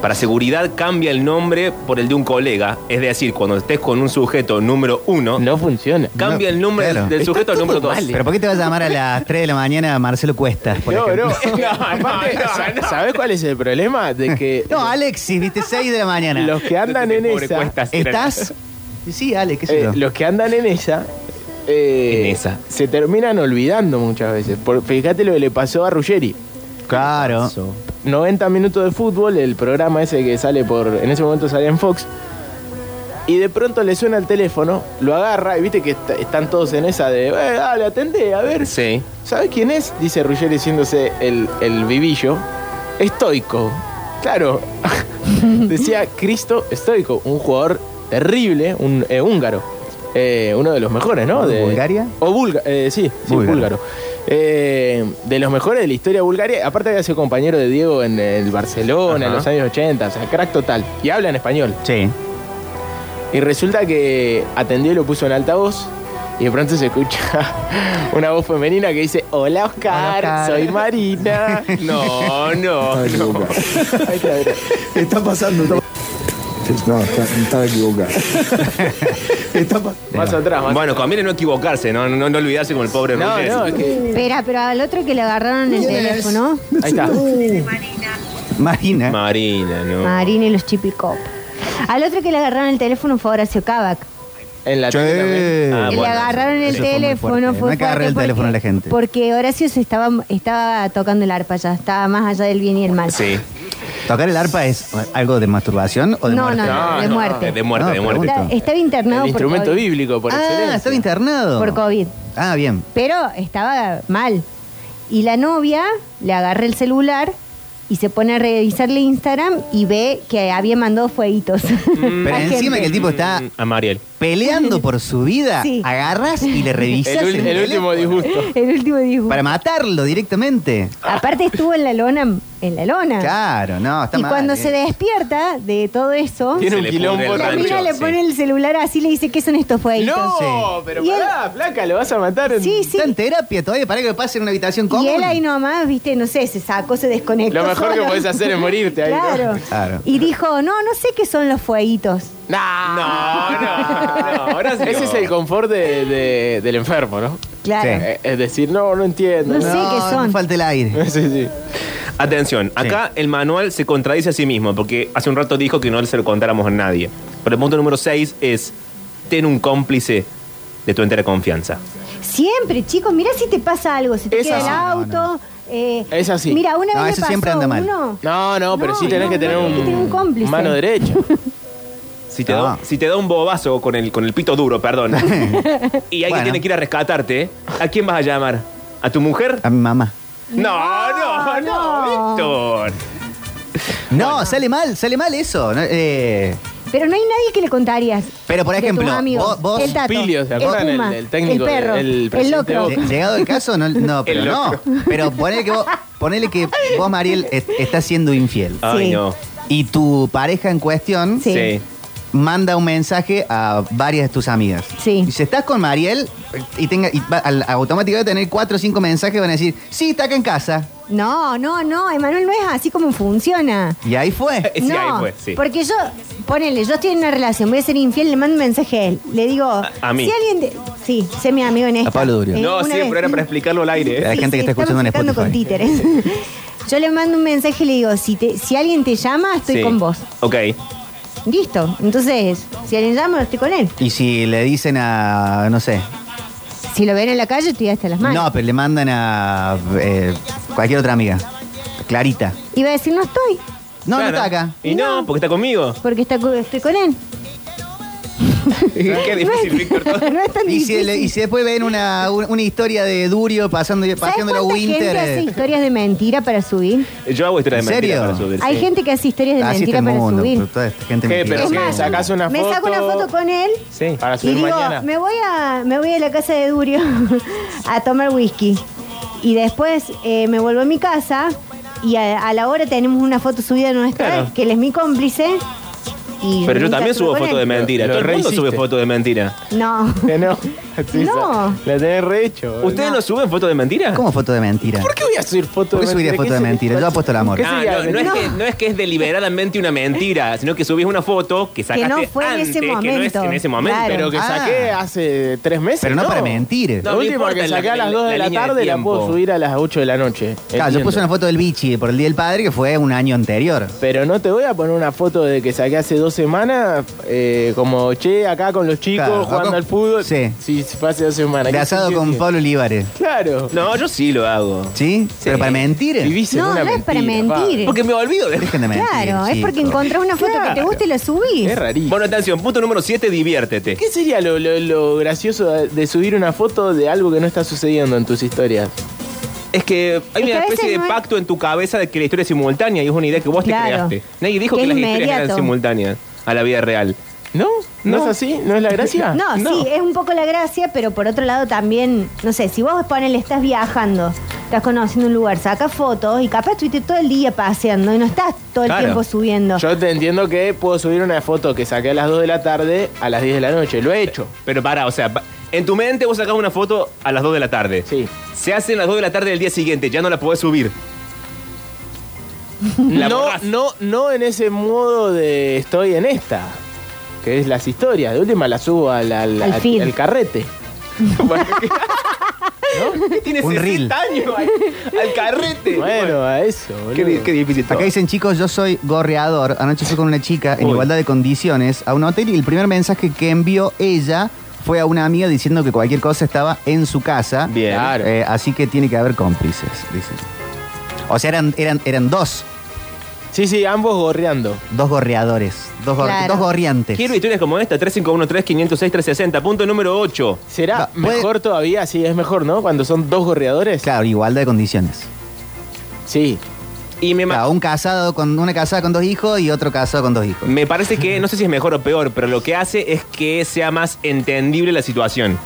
[SPEAKER 3] Para seguridad cambia el nombre por el de un colega, es decir, cuando estés con un sujeto número 1,
[SPEAKER 4] No funciona.
[SPEAKER 3] cambia
[SPEAKER 1] No,
[SPEAKER 3] el nombre
[SPEAKER 1] claro.
[SPEAKER 3] del
[SPEAKER 4] Está
[SPEAKER 3] sujeto al
[SPEAKER 4] todo
[SPEAKER 3] número 2.
[SPEAKER 4] mal.
[SPEAKER 1] ¿Pero por qué te va a llamar a las 3 de la mañana Marcelo Cuestas, por
[SPEAKER 4] No,
[SPEAKER 1] ejemplo?
[SPEAKER 4] no. Aparte, sa- ¿sabés cuál es el problema? De que
[SPEAKER 1] No, Alexis, viste, 6 de la mañana.
[SPEAKER 4] los que andan en esa.
[SPEAKER 1] ¿Estás? Sí, Alex, qué sé
[SPEAKER 4] eh,
[SPEAKER 1] yo.
[SPEAKER 4] los que andan en esa. eh,
[SPEAKER 3] En esa.
[SPEAKER 4] Se terminan olvidando muchas veces. Por- fíjate lo que le pasó a Ruggeri.
[SPEAKER 1] Claro.
[SPEAKER 4] 90 minutos de fútbol, el programa ese que sale por. En ese momento salía en Fox. Y de pronto le suena el teléfono, lo agarra y viste que est- están todos en esa de. Eh, dale, atendé, a ver.
[SPEAKER 3] Sí.
[SPEAKER 4] ¿Sabes quién es? Dice Ruggeri siéndose el, el vivillo. Estoico. Claro. Decía Cristo Estoico, un jugador terrible, un eh, húngaro. Eh, uno de los mejores, ¿no?
[SPEAKER 1] ¿O
[SPEAKER 4] De,
[SPEAKER 1] Bulgaria?
[SPEAKER 4] O Bulga, eh, sí, sí,
[SPEAKER 1] Búlgaro.
[SPEAKER 4] búlgaro. Eh, de los mejores de la historia de Bulgaria. Aparte había sido compañero de Diego en el Barcelona en
[SPEAKER 3] Ajá.
[SPEAKER 4] los años 80. O sea, crack total. Y habla en español.
[SPEAKER 1] Sí.
[SPEAKER 4] Y resulta que atendió y lo puso en altavoz. Y de pronto se escucha una voz femenina que dice, hola Oscar,
[SPEAKER 1] Hola, Oscar".
[SPEAKER 4] soy Marina.
[SPEAKER 3] No, no, no.
[SPEAKER 4] Ahí está, mira.
[SPEAKER 6] Está pasando. está- No, está, estaba equivocado. Está pa-
[SPEAKER 4] más atrás, más
[SPEAKER 3] Bueno, conviene no equivocarse, no, no, no olvidarse con el pobre
[SPEAKER 4] No,
[SPEAKER 3] Ruggeri.
[SPEAKER 4] no, es que...
[SPEAKER 2] Espera, pero al otro que le agarraron el
[SPEAKER 6] ¿Quién es?
[SPEAKER 2] teléfono,
[SPEAKER 4] Ahí está.
[SPEAKER 1] Marina.
[SPEAKER 3] Marina, no.
[SPEAKER 2] Marina y los Chipicop. Al otro que le agarraron el teléfono fue Horacio Kavak.
[SPEAKER 4] En la
[SPEAKER 1] Che.
[SPEAKER 4] tele también.
[SPEAKER 3] Ah,
[SPEAKER 2] que
[SPEAKER 3] bueno,
[SPEAKER 2] le agarraron el
[SPEAKER 1] eso fue muy fuerte.
[SPEAKER 2] teléfono.
[SPEAKER 1] No hay que agarrar el
[SPEAKER 2] fuerte
[SPEAKER 1] teléfono a la gente.
[SPEAKER 2] Porque Horacio se estaba, estaba tocando el arpa ya, estaba más allá del bien y el mal.
[SPEAKER 3] Sí.
[SPEAKER 1] ¿Tocar el arpa es algo de masturbación o de
[SPEAKER 2] No,
[SPEAKER 1] muerte? Ah,
[SPEAKER 2] no, Ah, no, de muerte.
[SPEAKER 3] eh, De muerte,
[SPEAKER 1] No,
[SPEAKER 3] de muerte.
[SPEAKER 2] Está- estaba internado
[SPEAKER 4] El
[SPEAKER 2] por
[SPEAKER 4] instrumento
[SPEAKER 2] COVID.
[SPEAKER 4] bíblico, por
[SPEAKER 1] ah,
[SPEAKER 4] excelencia.
[SPEAKER 1] estaba internado.
[SPEAKER 2] Por COVID.
[SPEAKER 1] Ah, bien.
[SPEAKER 2] Pero estaba mal. Y la novia le agarra el celular y se pone a revisarle Instagram y ve que había mandado fueguitos.
[SPEAKER 1] Mm. Pero
[SPEAKER 2] A
[SPEAKER 1] encima
[SPEAKER 2] gente.
[SPEAKER 1] que el tipo está
[SPEAKER 3] A Mariel.
[SPEAKER 1] peleando por su vida,
[SPEAKER 2] Sí.
[SPEAKER 1] agarras y le revisas
[SPEAKER 4] Ah, El, ul- el último disgusto.
[SPEAKER 2] El último dijo.
[SPEAKER 1] Para matarlo directamente.
[SPEAKER 2] Aparte estuvo en la lona, en la lona.
[SPEAKER 1] Claro, no, está
[SPEAKER 2] Ah. y
[SPEAKER 1] mal.
[SPEAKER 2] cuando
[SPEAKER 1] eh.
[SPEAKER 2] se despierta de todo eso,
[SPEAKER 3] Se
[SPEAKER 4] Tiene un
[SPEAKER 3] le pudre
[SPEAKER 4] quilombo.
[SPEAKER 3] el
[SPEAKER 2] la
[SPEAKER 3] rancho,
[SPEAKER 2] mina le
[SPEAKER 3] sí.
[SPEAKER 2] pone el celular así y le dice, ¿qué son estos fueguitos?
[SPEAKER 4] No,
[SPEAKER 1] Sí.
[SPEAKER 4] pero
[SPEAKER 2] Y él-
[SPEAKER 4] pará, placa, lo vas a matar. en-
[SPEAKER 2] Sí, sí.
[SPEAKER 1] Está en terapia todavía para que lo pase en una habitación
[SPEAKER 2] Y
[SPEAKER 1] cómoda.
[SPEAKER 2] él ahí nomás, viste, no sé, se sacó, se desconectó.
[SPEAKER 4] Lo mejor que
[SPEAKER 2] solo.
[SPEAKER 4] podés hacer es morirte ahí, ¿no?
[SPEAKER 2] Claro.
[SPEAKER 1] Claro.
[SPEAKER 2] Y dijo, no, no sé qué son los fueguitos.
[SPEAKER 4] Nah.
[SPEAKER 3] No, no, no. Ahora sí.
[SPEAKER 4] Ese es el confort de- de- del enfermo, ¿no?
[SPEAKER 2] Claro.
[SPEAKER 1] Sí.
[SPEAKER 4] Eh, Es decir, no, no entiendo.
[SPEAKER 2] No sé qué son.
[SPEAKER 1] No falta el aire.
[SPEAKER 4] Sí, sí.
[SPEAKER 3] Atención, acá el manual se contradice a sí mismo, porque hace un rato dijo que no se lo contáramos a nadie. Pero el punto número 6 es, ten un cómplice de tu entera confianza.
[SPEAKER 2] Siempre, chicos, mira si te pasa algo, si te
[SPEAKER 4] Es
[SPEAKER 2] queda
[SPEAKER 4] así.
[SPEAKER 2] el
[SPEAKER 1] No,
[SPEAKER 2] auto. eh,
[SPEAKER 4] Es así.
[SPEAKER 2] Mira, una
[SPEAKER 1] No,
[SPEAKER 2] vez me
[SPEAKER 1] eso
[SPEAKER 2] pasó
[SPEAKER 1] siempre anda mal.
[SPEAKER 2] uno-
[SPEAKER 4] No, no, pero
[SPEAKER 2] No,
[SPEAKER 4] sí tenés
[SPEAKER 2] no,
[SPEAKER 4] que tener
[SPEAKER 2] no,
[SPEAKER 4] un,
[SPEAKER 2] hay que tener un cómplice.
[SPEAKER 4] mano derecha.
[SPEAKER 3] Si te,
[SPEAKER 1] Ah.
[SPEAKER 3] da, si te da un bobazo con el, con el pito duro, perdón, y alguien
[SPEAKER 1] Bueno.
[SPEAKER 3] tiene que ir a rescatarte, ¿a quién vas a llamar? ¿A tu mujer?
[SPEAKER 1] A mi mamá.
[SPEAKER 3] No, no, no,
[SPEAKER 2] no.
[SPEAKER 3] Víctor.
[SPEAKER 1] No, sale mal, sale mal eso. no, eh,
[SPEAKER 2] Pero no hay nadie que le contarías.
[SPEAKER 1] Pero, por
[SPEAKER 2] de tus
[SPEAKER 1] ejemplo,
[SPEAKER 2] amigos.
[SPEAKER 1] vos- vos-
[SPEAKER 2] el tato,
[SPEAKER 4] Pilio, ¿se acuerdan?
[SPEAKER 2] el, Puma,
[SPEAKER 4] El- el técnico,
[SPEAKER 2] el perro,
[SPEAKER 4] el
[SPEAKER 2] el,
[SPEAKER 4] presidente
[SPEAKER 2] locro.
[SPEAKER 4] de
[SPEAKER 1] lle- llegado el caso, no, no pero
[SPEAKER 3] El
[SPEAKER 1] no.
[SPEAKER 3] loco.
[SPEAKER 1] Pero ponele que vos, ponele que vos Mariel, est- estás siendo infiel.
[SPEAKER 3] Ay,
[SPEAKER 2] Sí.
[SPEAKER 3] no.
[SPEAKER 1] Y tu pareja en cuestión
[SPEAKER 2] Sí.
[SPEAKER 3] Sí.
[SPEAKER 1] manda un mensaje a varias de tus amigas.
[SPEAKER 2] Sí.
[SPEAKER 1] Y si estás con Mariel y tenga, y va- al- automáticamente va a tener cuatro o cinco mensajes van a decir, sí, está acá en casa.
[SPEAKER 2] No, no, no, Emanuel no es así como funciona.
[SPEAKER 1] Y ahí fue.
[SPEAKER 4] Eh,
[SPEAKER 3] Sí,
[SPEAKER 2] no,
[SPEAKER 3] ahí fue, sí.
[SPEAKER 2] porque yo, ponele, yo estoy en una relación, voy a ser infiel, le mando un mensaje a él. Le digo, a,
[SPEAKER 3] a mí.
[SPEAKER 2] Si alguien te- sí, sé mi amigo en eh, esto.
[SPEAKER 1] Pablo Durio.
[SPEAKER 3] No, siempre era para explicarlo al aire. ¿eh?
[SPEAKER 1] Hay gente que está escuchando en
[SPEAKER 2] con títeres. Yo le mando un mensaje y le digo, si, te, si alguien te llama, estoy
[SPEAKER 3] Sí.
[SPEAKER 2] con vos.
[SPEAKER 3] Ok.
[SPEAKER 2] Listo. Entonces, si alguien llama, estoy con él.
[SPEAKER 1] Y si le dicen a, no sé,
[SPEAKER 2] Si lo ven en la calle, estoy hasta las manos.
[SPEAKER 1] no, pero le mandan a eh, cualquier otra amiga. Clarita.
[SPEAKER 2] Y va a decir, no estoy,
[SPEAKER 1] No, no
[SPEAKER 3] Claro.
[SPEAKER 1] está acá.
[SPEAKER 3] Y no, porque está conmigo.
[SPEAKER 2] porque está, cu- estoy con él.
[SPEAKER 3] Qué difícil, Víctor. todo.
[SPEAKER 2] no es tan
[SPEAKER 1] Y
[SPEAKER 2] difícil.
[SPEAKER 1] si, le- y si después ven una, un- una historia de Durio pasando,
[SPEAKER 2] ¿Sabes
[SPEAKER 1] paseándolo
[SPEAKER 2] cuánta
[SPEAKER 1] Winter.
[SPEAKER 2] gente
[SPEAKER 1] eh?
[SPEAKER 2] hace historias de mentira para subir?
[SPEAKER 3] Yo hago historias de
[SPEAKER 1] ¿En
[SPEAKER 3] mentira
[SPEAKER 1] serio?
[SPEAKER 3] para subir.
[SPEAKER 2] Hay
[SPEAKER 3] sí.
[SPEAKER 2] gente que hace historias de
[SPEAKER 1] Así
[SPEAKER 2] mentira
[SPEAKER 1] está el
[SPEAKER 2] para
[SPEAKER 1] mundo.
[SPEAKER 2] subir.
[SPEAKER 1] toda esta gente
[SPEAKER 3] ¿Qué?
[SPEAKER 1] mentira.
[SPEAKER 3] Pero
[SPEAKER 2] Es
[SPEAKER 3] sí,
[SPEAKER 2] más,
[SPEAKER 3] sacás
[SPEAKER 4] una
[SPEAKER 2] me saco una
[SPEAKER 4] foto
[SPEAKER 2] foto con él
[SPEAKER 3] Sí.
[SPEAKER 4] Para
[SPEAKER 2] y
[SPEAKER 4] subir
[SPEAKER 2] digo,
[SPEAKER 4] mañana.
[SPEAKER 2] me voy, a, me voy a la casa de Durio a tomar whisky. Y después eh, me vuelvo a mi casa y a, a la hora tenemos una foto subida nuestra,
[SPEAKER 3] Claro.
[SPEAKER 2] que él es mi cómplice. y
[SPEAKER 3] Pero yo
[SPEAKER 2] nunca
[SPEAKER 3] también
[SPEAKER 2] estuve
[SPEAKER 3] subo
[SPEAKER 2] con
[SPEAKER 3] fotos de
[SPEAKER 2] él.
[SPEAKER 3] mentira.
[SPEAKER 4] Lo
[SPEAKER 3] Todo el mundo
[SPEAKER 4] rehiciste.
[SPEAKER 3] sube fotos de mentira.
[SPEAKER 2] No.
[SPEAKER 4] Que eh, no. Sí,
[SPEAKER 2] No.
[SPEAKER 4] sa- La tenés rehecho. boludo.
[SPEAKER 3] ¿Ustedes no suben fotos de
[SPEAKER 2] ¿eh?
[SPEAKER 3] mentira?
[SPEAKER 1] ¿Cómo foto de mentira?
[SPEAKER 4] ¿Por qué voy a subir
[SPEAKER 1] ¿Por
[SPEAKER 4] fotos
[SPEAKER 1] qué subiría foto de mentira? Yo apuesto el amor.
[SPEAKER 4] ¿Qué
[SPEAKER 3] Ah,
[SPEAKER 4] sería?
[SPEAKER 3] no, no es
[SPEAKER 2] No.
[SPEAKER 3] que, no es que es deliberadamente una mentira, sino que subís una foto que sacaste
[SPEAKER 2] no fue en
[SPEAKER 3] antes,
[SPEAKER 2] ese
[SPEAKER 3] que no es
[SPEAKER 2] momento.
[SPEAKER 3] en ese momento.
[SPEAKER 2] Claro.
[SPEAKER 4] Pero que
[SPEAKER 1] Ah.
[SPEAKER 4] saqué hace tres meses.
[SPEAKER 1] Pero no para mentir.
[SPEAKER 4] La
[SPEAKER 3] No, no
[SPEAKER 4] última
[SPEAKER 3] importa
[SPEAKER 4] que
[SPEAKER 3] la-
[SPEAKER 4] saqué a
[SPEAKER 3] la-
[SPEAKER 4] las 2 de
[SPEAKER 3] la
[SPEAKER 4] la
[SPEAKER 3] línea de
[SPEAKER 4] tarde la puedo
[SPEAKER 3] tiempo.
[SPEAKER 4] subir a las 8 de la noche.
[SPEAKER 1] Claro, yo
[SPEAKER 4] Entiendo.
[SPEAKER 1] puse una foto del bichi por el Día del Padre que fue un año anterior.
[SPEAKER 4] Pero no te voy a poner una foto de que saqué hace dos semanas, eh, como che, acá con los chicos
[SPEAKER 1] Claro,
[SPEAKER 4] jugando
[SPEAKER 1] acá-
[SPEAKER 4] al fútbol.
[SPEAKER 1] Sí.
[SPEAKER 4] Sí, fue hace dos semanas.
[SPEAKER 1] De
[SPEAKER 4] ¿Qué
[SPEAKER 1] asado
[SPEAKER 4] significa?
[SPEAKER 1] con Pablo Olivares.
[SPEAKER 4] Claro.
[SPEAKER 3] No, yo sí lo hago.
[SPEAKER 1] ¿Sí? Pero para mentir.
[SPEAKER 4] Vivís en
[SPEAKER 2] No,
[SPEAKER 4] una
[SPEAKER 2] no es para
[SPEAKER 4] mentira, pa.
[SPEAKER 2] mentir.
[SPEAKER 3] Porque me olvido de
[SPEAKER 1] Dejen de mentir.
[SPEAKER 2] Claro, es
[SPEAKER 1] chicos.
[SPEAKER 2] porque encontrás una foto que te gusta y la subís.
[SPEAKER 4] Es rarísimo.
[SPEAKER 3] Bueno, atención, punto número 7, diviértete.
[SPEAKER 4] ¿Qué sería lo, lo- lo gracioso de subir una foto de algo que no está sucediendo en tus historias?
[SPEAKER 3] Es que hay
[SPEAKER 2] Es que a
[SPEAKER 3] una especie
[SPEAKER 2] veces
[SPEAKER 3] de
[SPEAKER 2] no es-
[SPEAKER 3] pacto en tu cabeza de que la historia es simultánea y es una idea que vos
[SPEAKER 2] Claro.
[SPEAKER 3] te creaste. Nadie dijo
[SPEAKER 2] Que
[SPEAKER 3] que,
[SPEAKER 2] es
[SPEAKER 3] las historias
[SPEAKER 2] inmediato.
[SPEAKER 3] eran simultáneas a la vida real.
[SPEAKER 4] ¿No? ¿No,
[SPEAKER 3] No.
[SPEAKER 4] es así? ¿No es la gracia?
[SPEAKER 2] No, sí, es un poco la gracia, pero por otro lado también, no sé, si vos ponele, estás viajando, estás conociendo un lugar, saca fotos y capaz estuviste todo el día paseando y no estás todo el
[SPEAKER 3] Claro.
[SPEAKER 2] tiempo subiendo.
[SPEAKER 4] Yo te entiendo que puedo subir una foto que saqué a las 2 de la tarde a las 10 de la noche. Lo he hecho.
[SPEAKER 3] Pero para, o sea, pa- en tu mente vos sacás una foto a las 2 de la tarde.
[SPEAKER 4] Sí.
[SPEAKER 3] Se hace a las 2 de la tarde del día siguiente, ya no la podés subir. La
[SPEAKER 4] no,
[SPEAKER 3] borrás.
[SPEAKER 4] no, no en ese modo de estoy en esta, que es las historias. De última la subo al, al,
[SPEAKER 2] Al
[SPEAKER 4] al-
[SPEAKER 2] feed.
[SPEAKER 4] al carrete. Bueno, ¿qué-
[SPEAKER 3] Tiene
[SPEAKER 1] Un
[SPEAKER 3] 60
[SPEAKER 1] reel.
[SPEAKER 3] años al, al carrete.
[SPEAKER 4] bueno, a eso.
[SPEAKER 3] Qué, di-
[SPEAKER 4] boludo.
[SPEAKER 3] qué difícil todo.
[SPEAKER 1] Acá dicen, chicos, yo soy gorreador. Anoche fui con una chica en
[SPEAKER 3] Uy.
[SPEAKER 1] igualdad de condiciones a un hotel y el primer mensaje que envió ella fue a una amiga diciendo que cualquier cosa estaba en su casa.
[SPEAKER 3] Bien.
[SPEAKER 4] Claro.
[SPEAKER 1] Eh, así que tiene que haber cómplices, dicen. O sea, eran, eran, eran dos,
[SPEAKER 4] Sí, sí, ambos gorreando.
[SPEAKER 1] dos gorreadores, dos, gorre-
[SPEAKER 2] Claro.
[SPEAKER 1] dos gorriantes.
[SPEAKER 3] Quiero historias como esta, 3513-506-360, punto número 8.
[SPEAKER 4] ¿Será
[SPEAKER 1] Va, puede-
[SPEAKER 4] mejor todavía? Sí, es mejor, ¿no? Cuando son dos gorreadores.
[SPEAKER 1] Claro, igualdad de condiciones.
[SPEAKER 4] Sí.
[SPEAKER 3] Y me, ma-
[SPEAKER 1] Claro, un casado con una casada con dos hijos y otro casado con dos hijos.
[SPEAKER 3] me parece que, no sé si es mejor o peor, pero lo que hace es que sea más entendible la situación.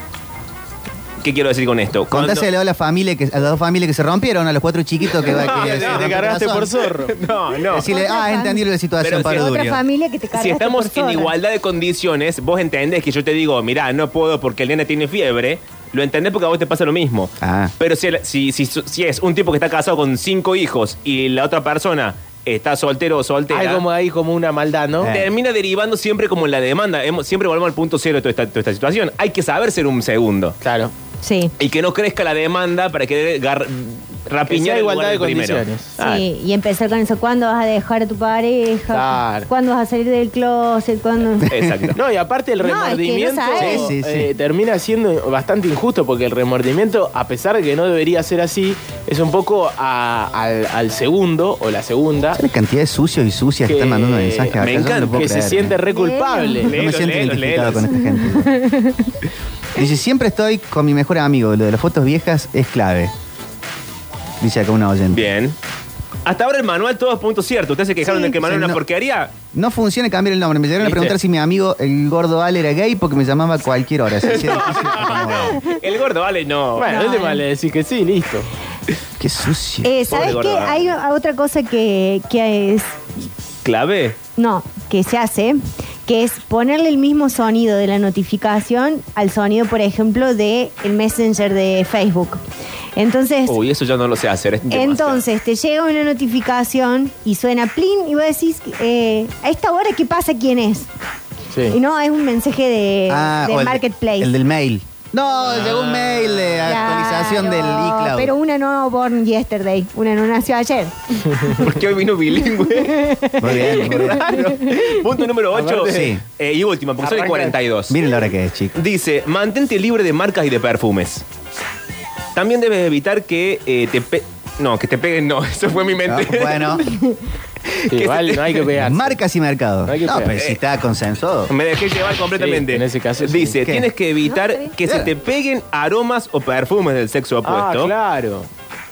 [SPEAKER 3] ¿Qué quiero decir con esto? Cuando-
[SPEAKER 1] Contáselo a la familia que, a las dos familias que se rompieron, a los cuatro chiquitos que,
[SPEAKER 3] No,
[SPEAKER 1] que
[SPEAKER 3] te-
[SPEAKER 1] se
[SPEAKER 3] te
[SPEAKER 1] rompieron
[SPEAKER 4] cargaste
[SPEAKER 1] el
[SPEAKER 4] por
[SPEAKER 1] corazón.
[SPEAKER 4] zorro.
[SPEAKER 3] No, no.
[SPEAKER 1] Decirle, ah, entendí la situación,
[SPEAKER 3] Pero
[SPEAKER 1] Pablo
[SPEAKER 3] si-
[SPEAKER 2] Otra
[SPEAKER 1] Durio.
[SPEAKER 2] familia que te cargaste
[SPEAKER 3] Si estamos
[SPEAKER 2] por
[SPEAKER 3] en
[SPEAKER 2] zorra.
[SPEAKER 3] igualdad de condiciones, vos entendés que yo te digo, mirá, no puedo porque el nene tiene fiebre, lo entendés porque a vos te pasa lo mismo.
[SPEAKER 1] Ah.
[SPEAKER 3] Pero si, el- si, si, si es un tipo que está casado con cinco hijos y la otra persona está soltero o soltera,
[SPEAKER 4] Hay como ahí como una maldad, ¿no?
[SPEAKER 1] Eh.
[SPEAKER 3] termina derivando siempre como en la demanda. Hemos- siempre volvemos al punto cero de toda esta, toda esta situación. Hay que saber ser un segundo.
[SPEAKER 4] Claro.
[SPEAKER 2] Sí.
[SPEAKER 3] Y que no crezca la demanda para querer gar-
[SPEAKER 4] Que sea
[SPEAKER 3] rapiñar el lugar
[SPEAKER 4] igualdad de
[SPEAKER 3] del primero.
[SPEAKER 4] condiciones.
[SPEAKER 3] Ah,
[SPEAKER 2] Sí, y empezar con eso, ¿cuándo vas a dejar a tu pareja?
[SPEAKER 4] Claro.
[SPEAKER 2] ¿Cuándo vas a salir del closet? ¿Cuándo?
[SPEAKER 3] Exacto.
[SPEAKER 4] No, y aparte el
[SPEAKER 2] No, es que no
[SPEAKER 4] remordimiento
[SPEAKER 2] sabes.
[SPEAKER 1] Sí, sí, sí.
[SPEAKER 4] eh, termina siendo bastante injusto porque el remordimiento, a pesar de que no debería ser así, es un poco a- al, al segundo o la segunda
[SPEAKER 1] La cantidad de sucios y sucias que,
[SPEAKER 4] Que-
[SPEAKER 1] están mandando mensajes acá.
[SPEAKER 3] me
[SPEAKER 1] yo no
[SPEAKER 3] encanta,
[SPEAKER 1] lo puedo
[SPEAKER 4] que se
[SPEAKER 1] creer,
[SPEAKER 4] siente
[SPEAKER 1] eh.
[SPEAKER 4] re
[SPEAKER 1] No
[SPEAKER 4] culpable.
[SPEAKER 1] me
[SPEAKER 3] Léelos,
[SPEAKER 1] siento
[SPEAKER 3] léelos,
[SPEAKER 1] identificado con
[SPEAKER 3] léelos.
[SPEAKER 1] esta gente. Dice, siempre estoy con mi mejor amigo. Lo de las fotos viejas es clave. Dice acá una oyente.
[SPEAKER 3] Bien. Hasta ahora el manual todo es punto cierto. Ustedes se quejaron
[SPEAKER 1] Sí.
[SPEAKER 3] de que el manual
[SPEAKER 1] Sí,
[SPEAKER 3] era
[SPEAKER 1] no.
[SPEAKER 3] una porquería.
[SPEAKER 1] No funciona cambiar el nombre. Me llegaron a
[SPEAKER 3] ¿Viste?
[SPEAKER 1] preguntar si mi amigo, el gordo Al, era gay porque me llamaba a cualquier hora. Se hacía difícil acomodar.
[SPEAKER 3] El gordo, vale, no.
[SPEAKER 4] Bueno, no te vale decir que sí, listo.
[SPEAKER 1] Qué sucio.
[SPEAKER 2] Eh, ¿Sabes
[SPEAKER 3] gordo.
[SPEAKER 2] qué? Hay o- otra cosa que, que es,
[SPEAKER 3] clave.
[SPEAKER 2] no, que se hace, que es ponerle el mismo sonido de la notificación al sonido, por ejemplo, de el Messenger de Facebook. Entonces,
[SPEAKER 3] Uy, eso yo no lo sé hacer. es demasiado.
[SPEAKER 2] entonces te llega una notificación y suena plin y vos decís, eh, a esta hora, ¿qué pasa? ¿Quién es?
[SPEAKER 4] Sí.
[SPEAKER 2] Y no, es un mensaje de,
[SPEAKER 1] Ah,
[SPEAKER 2] de
[SPEAKER 1] o el de-
[SPEAKER 2] Marketplace.
[SPEAKER 1] el del mail.
[SPEAKER 4] Ah.
[SPEAKER 1] No, llegó un mail de actualización del
[SPEAKER 2] Claro,
[SPEAKER 1] iCloud.
[SPEAKER 2] Pero una no born yesterday, una no nació ayer.
[SPEAKER 3] Porque hoy vino bilingüe.
[SPEAKER 1] Muy bien, muy bien.
[SPEAKER 3] Claro. Punto número 8.
[SPEAKER 1] Aparte- Sí.
[SPEAKER 3] y última, porque son el 42.
[SPEAKER 1] Miren la hora que es, chicos.
[SPEAKER 3] Dice, mantente libre de marcas y de perfumes. También debes evitar que eh, te pe- No, que te peguen, no, eso fue mi mente.
[SPEAKER 1] Bueno,
[SPEAKER 4] Ah, Sí, Igual no hay que pegar.
[SPEAKER 1] marcas y mercados.
[SPEAKER 4] No hay que
[SPEAKER 1] No,
[SPEAKER 4] pegar.
[SPEAKER 1] pero si está consensuado.
[SPEAKER 3] Me dejé llevar completamente.
[SPEAKER 4] Sí, en ese caso, sí.
[SPEAKER 3] Dice,
[SPEAKER 1] ¿Qué?
[SPEAKER 3] tienes que evitar que se te peguen aromas o perfumes del sexo
[SPEAKER 4] Ah,
[SPEAKER 3] opuesto.
[SPEAKER 4] claro.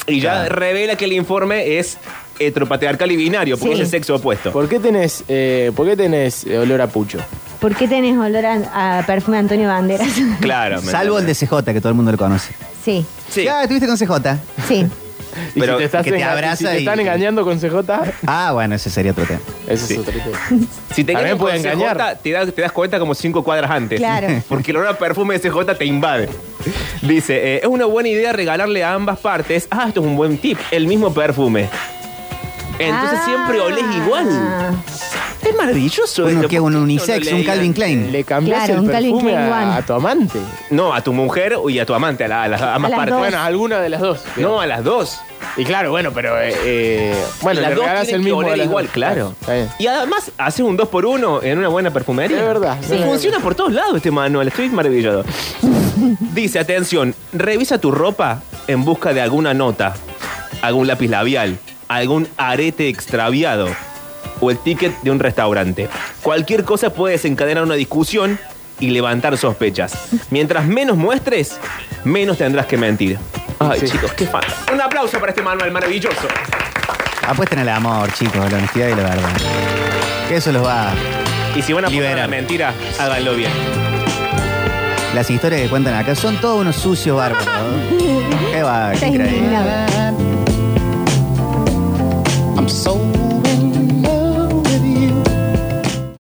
[SPEAKER 3] Y ya revela que el informe es heteropatriarcal y binario, porque
[SPEAKER 2] Sí.
[SPEAKER 3] es el sexo opuesto.
[SPEAKER 4] ¿Por qué tenés, eh, ¿por qué tenés eh, olor a pucho?
[SPEAKER 2] ¿Por qué tenés olor a, a perfume de Antonio Banderas?
[SPEAKER 3] Claro. ¿me
[SPEAKER 1] Salvo el de
[SPEAKER 3] entendés?
[SPEAKER 1] CJ, que todo el mundo lo conoce.
[SPEAKER 2] sí,
[SPEAKER 3] Sí.
[SPEAKER 1] Ya, estuviste con CJ.
[SPEAKER 2] sí.
[SPEAKER 4] Y
[SPEAKER 3] Pero
[SPEAKER 4] si te, estás
[SPEAKER 1] que te
[SPEAKER 4] enga-
[SPEAKER 1] abraza
[SPEAKER 4] si te
[SPEAKER 1] y-
[SPEAKER 4] están engañando con CJ,
[SPEAKER 1] Ah, bueno, ese sería otro tema.
[SPEAKER 4] eso
[SPEAKER 3] Sí.
[SPEAKER 4] es otro tema.
[SPEAKER 3] Si te
[SPEAKER 4] También
[SPEAKER 3] engañan con
[SPEAKER 4] puede
[SPEAKER 3] CJ,
[SPEAKER 4] engañar.
[SPEAKER 3] Te, das- te das cuenta como cinco cuadras antes.
[SPEAKER 2] Claro.
[SPEAKER 3] Porque el olor a perfume de CJ te invade. Dice, eh, es una buena idea regalarle a ambas partes. Ah, esto es un buen tip. El mismo perfume. Entonces
[SPEAKER 2] Ah.
[SPEAKER 3] siempre olés igual. Es maravilloso
[SPEAKER 1] Uno
[SPEAKER 3] esto.
[SPEAKER 1] que
[SPEAKER 3] ¿Por
[SPEAKER 1] un
[SPEAKER 3] qué no lo
[SPEAKER 1] unisex, un
[SPEAKER 3] leían?
[SPEAKER 1] Calvin Klein.
[SPEAKER 4] Le cambiás
[SPEAKER 2] Claro, un
[SPEAKER 4] el
[SPEAKER 2] Calvin
[SPEAKER 4] perfume
[SPEAKER 2] Klein
[SPEAKER 4] a,
[SPEAKER 2] One.
[SPEAKER 4] a tu amante.
[SPEAKER 3] No, a tu mujer y a tu amante, a, la- a las ambas
[SPEAKER 2] A las
[SPEAKER 3] partes.
[SPEAKER 2] dos.
[SPEAKER 4] Bueno, alguna de las dos.
[SPEAKER 3] No, a las dos.
[SPEAKER 4] Y claro, bueno, pero eh, eh, bueno,
[SPEAKER 3] las
[SPEAKER 4] le
[SPEAKER 3] dos
[SPEAKER 4] regalás el
[SPEAKER 3] tienen que
[SPEAKER 4] mismo. a
[SPEAKER 3] oler
[SPEAKER 4] las
[SPEAKER 3] igual,
[SPEAKER 4] dos.
[SPEAKER 3] claro.
[SPEAKER 4] Está bien.
[SPEAKER 3] Y además, haces un 2 por 1 en una buena perfumería.
[SPEAKER 4] Es verdad.
[SPEAKER 3] Se
[SPEAKER 4] Sí.
[SPEAKER 3] funciona por todos lados este manual. Estoy maravillado. Dice, atención, revisa tu ropa en busca de alguna nota, algún lápiz labial, algún arete extraviado o el ticket de un restaurante. Cualquier cosa puede desencadenar una discusión y levantar sospechas. Mientras menos muestres, menos tendrás que mentir. Ay,
[SPEAKER 4] Sí.
[SPEAKER 3] chicos, qué fan. Un aplauso para este manual maravilloso.
[SPEAKER 1] Apuesten al amor, chicos, la honestidad y la verdad. Que eso los va.
[SPEAKER 3] Y si van a poner
[SPEAKER 1] Liberar.
[SPEAKER 3] la mentira, háganlo bien.
[SPEAKER 1] Las historias que cuentan acá son todos unos sucios bárbaros. Qué va, qué
[SPEAKER 2] Está
[SPEAKER 1] increíble.
[SPEAKER 2] indignado.
[SPEAKER 7] I'm so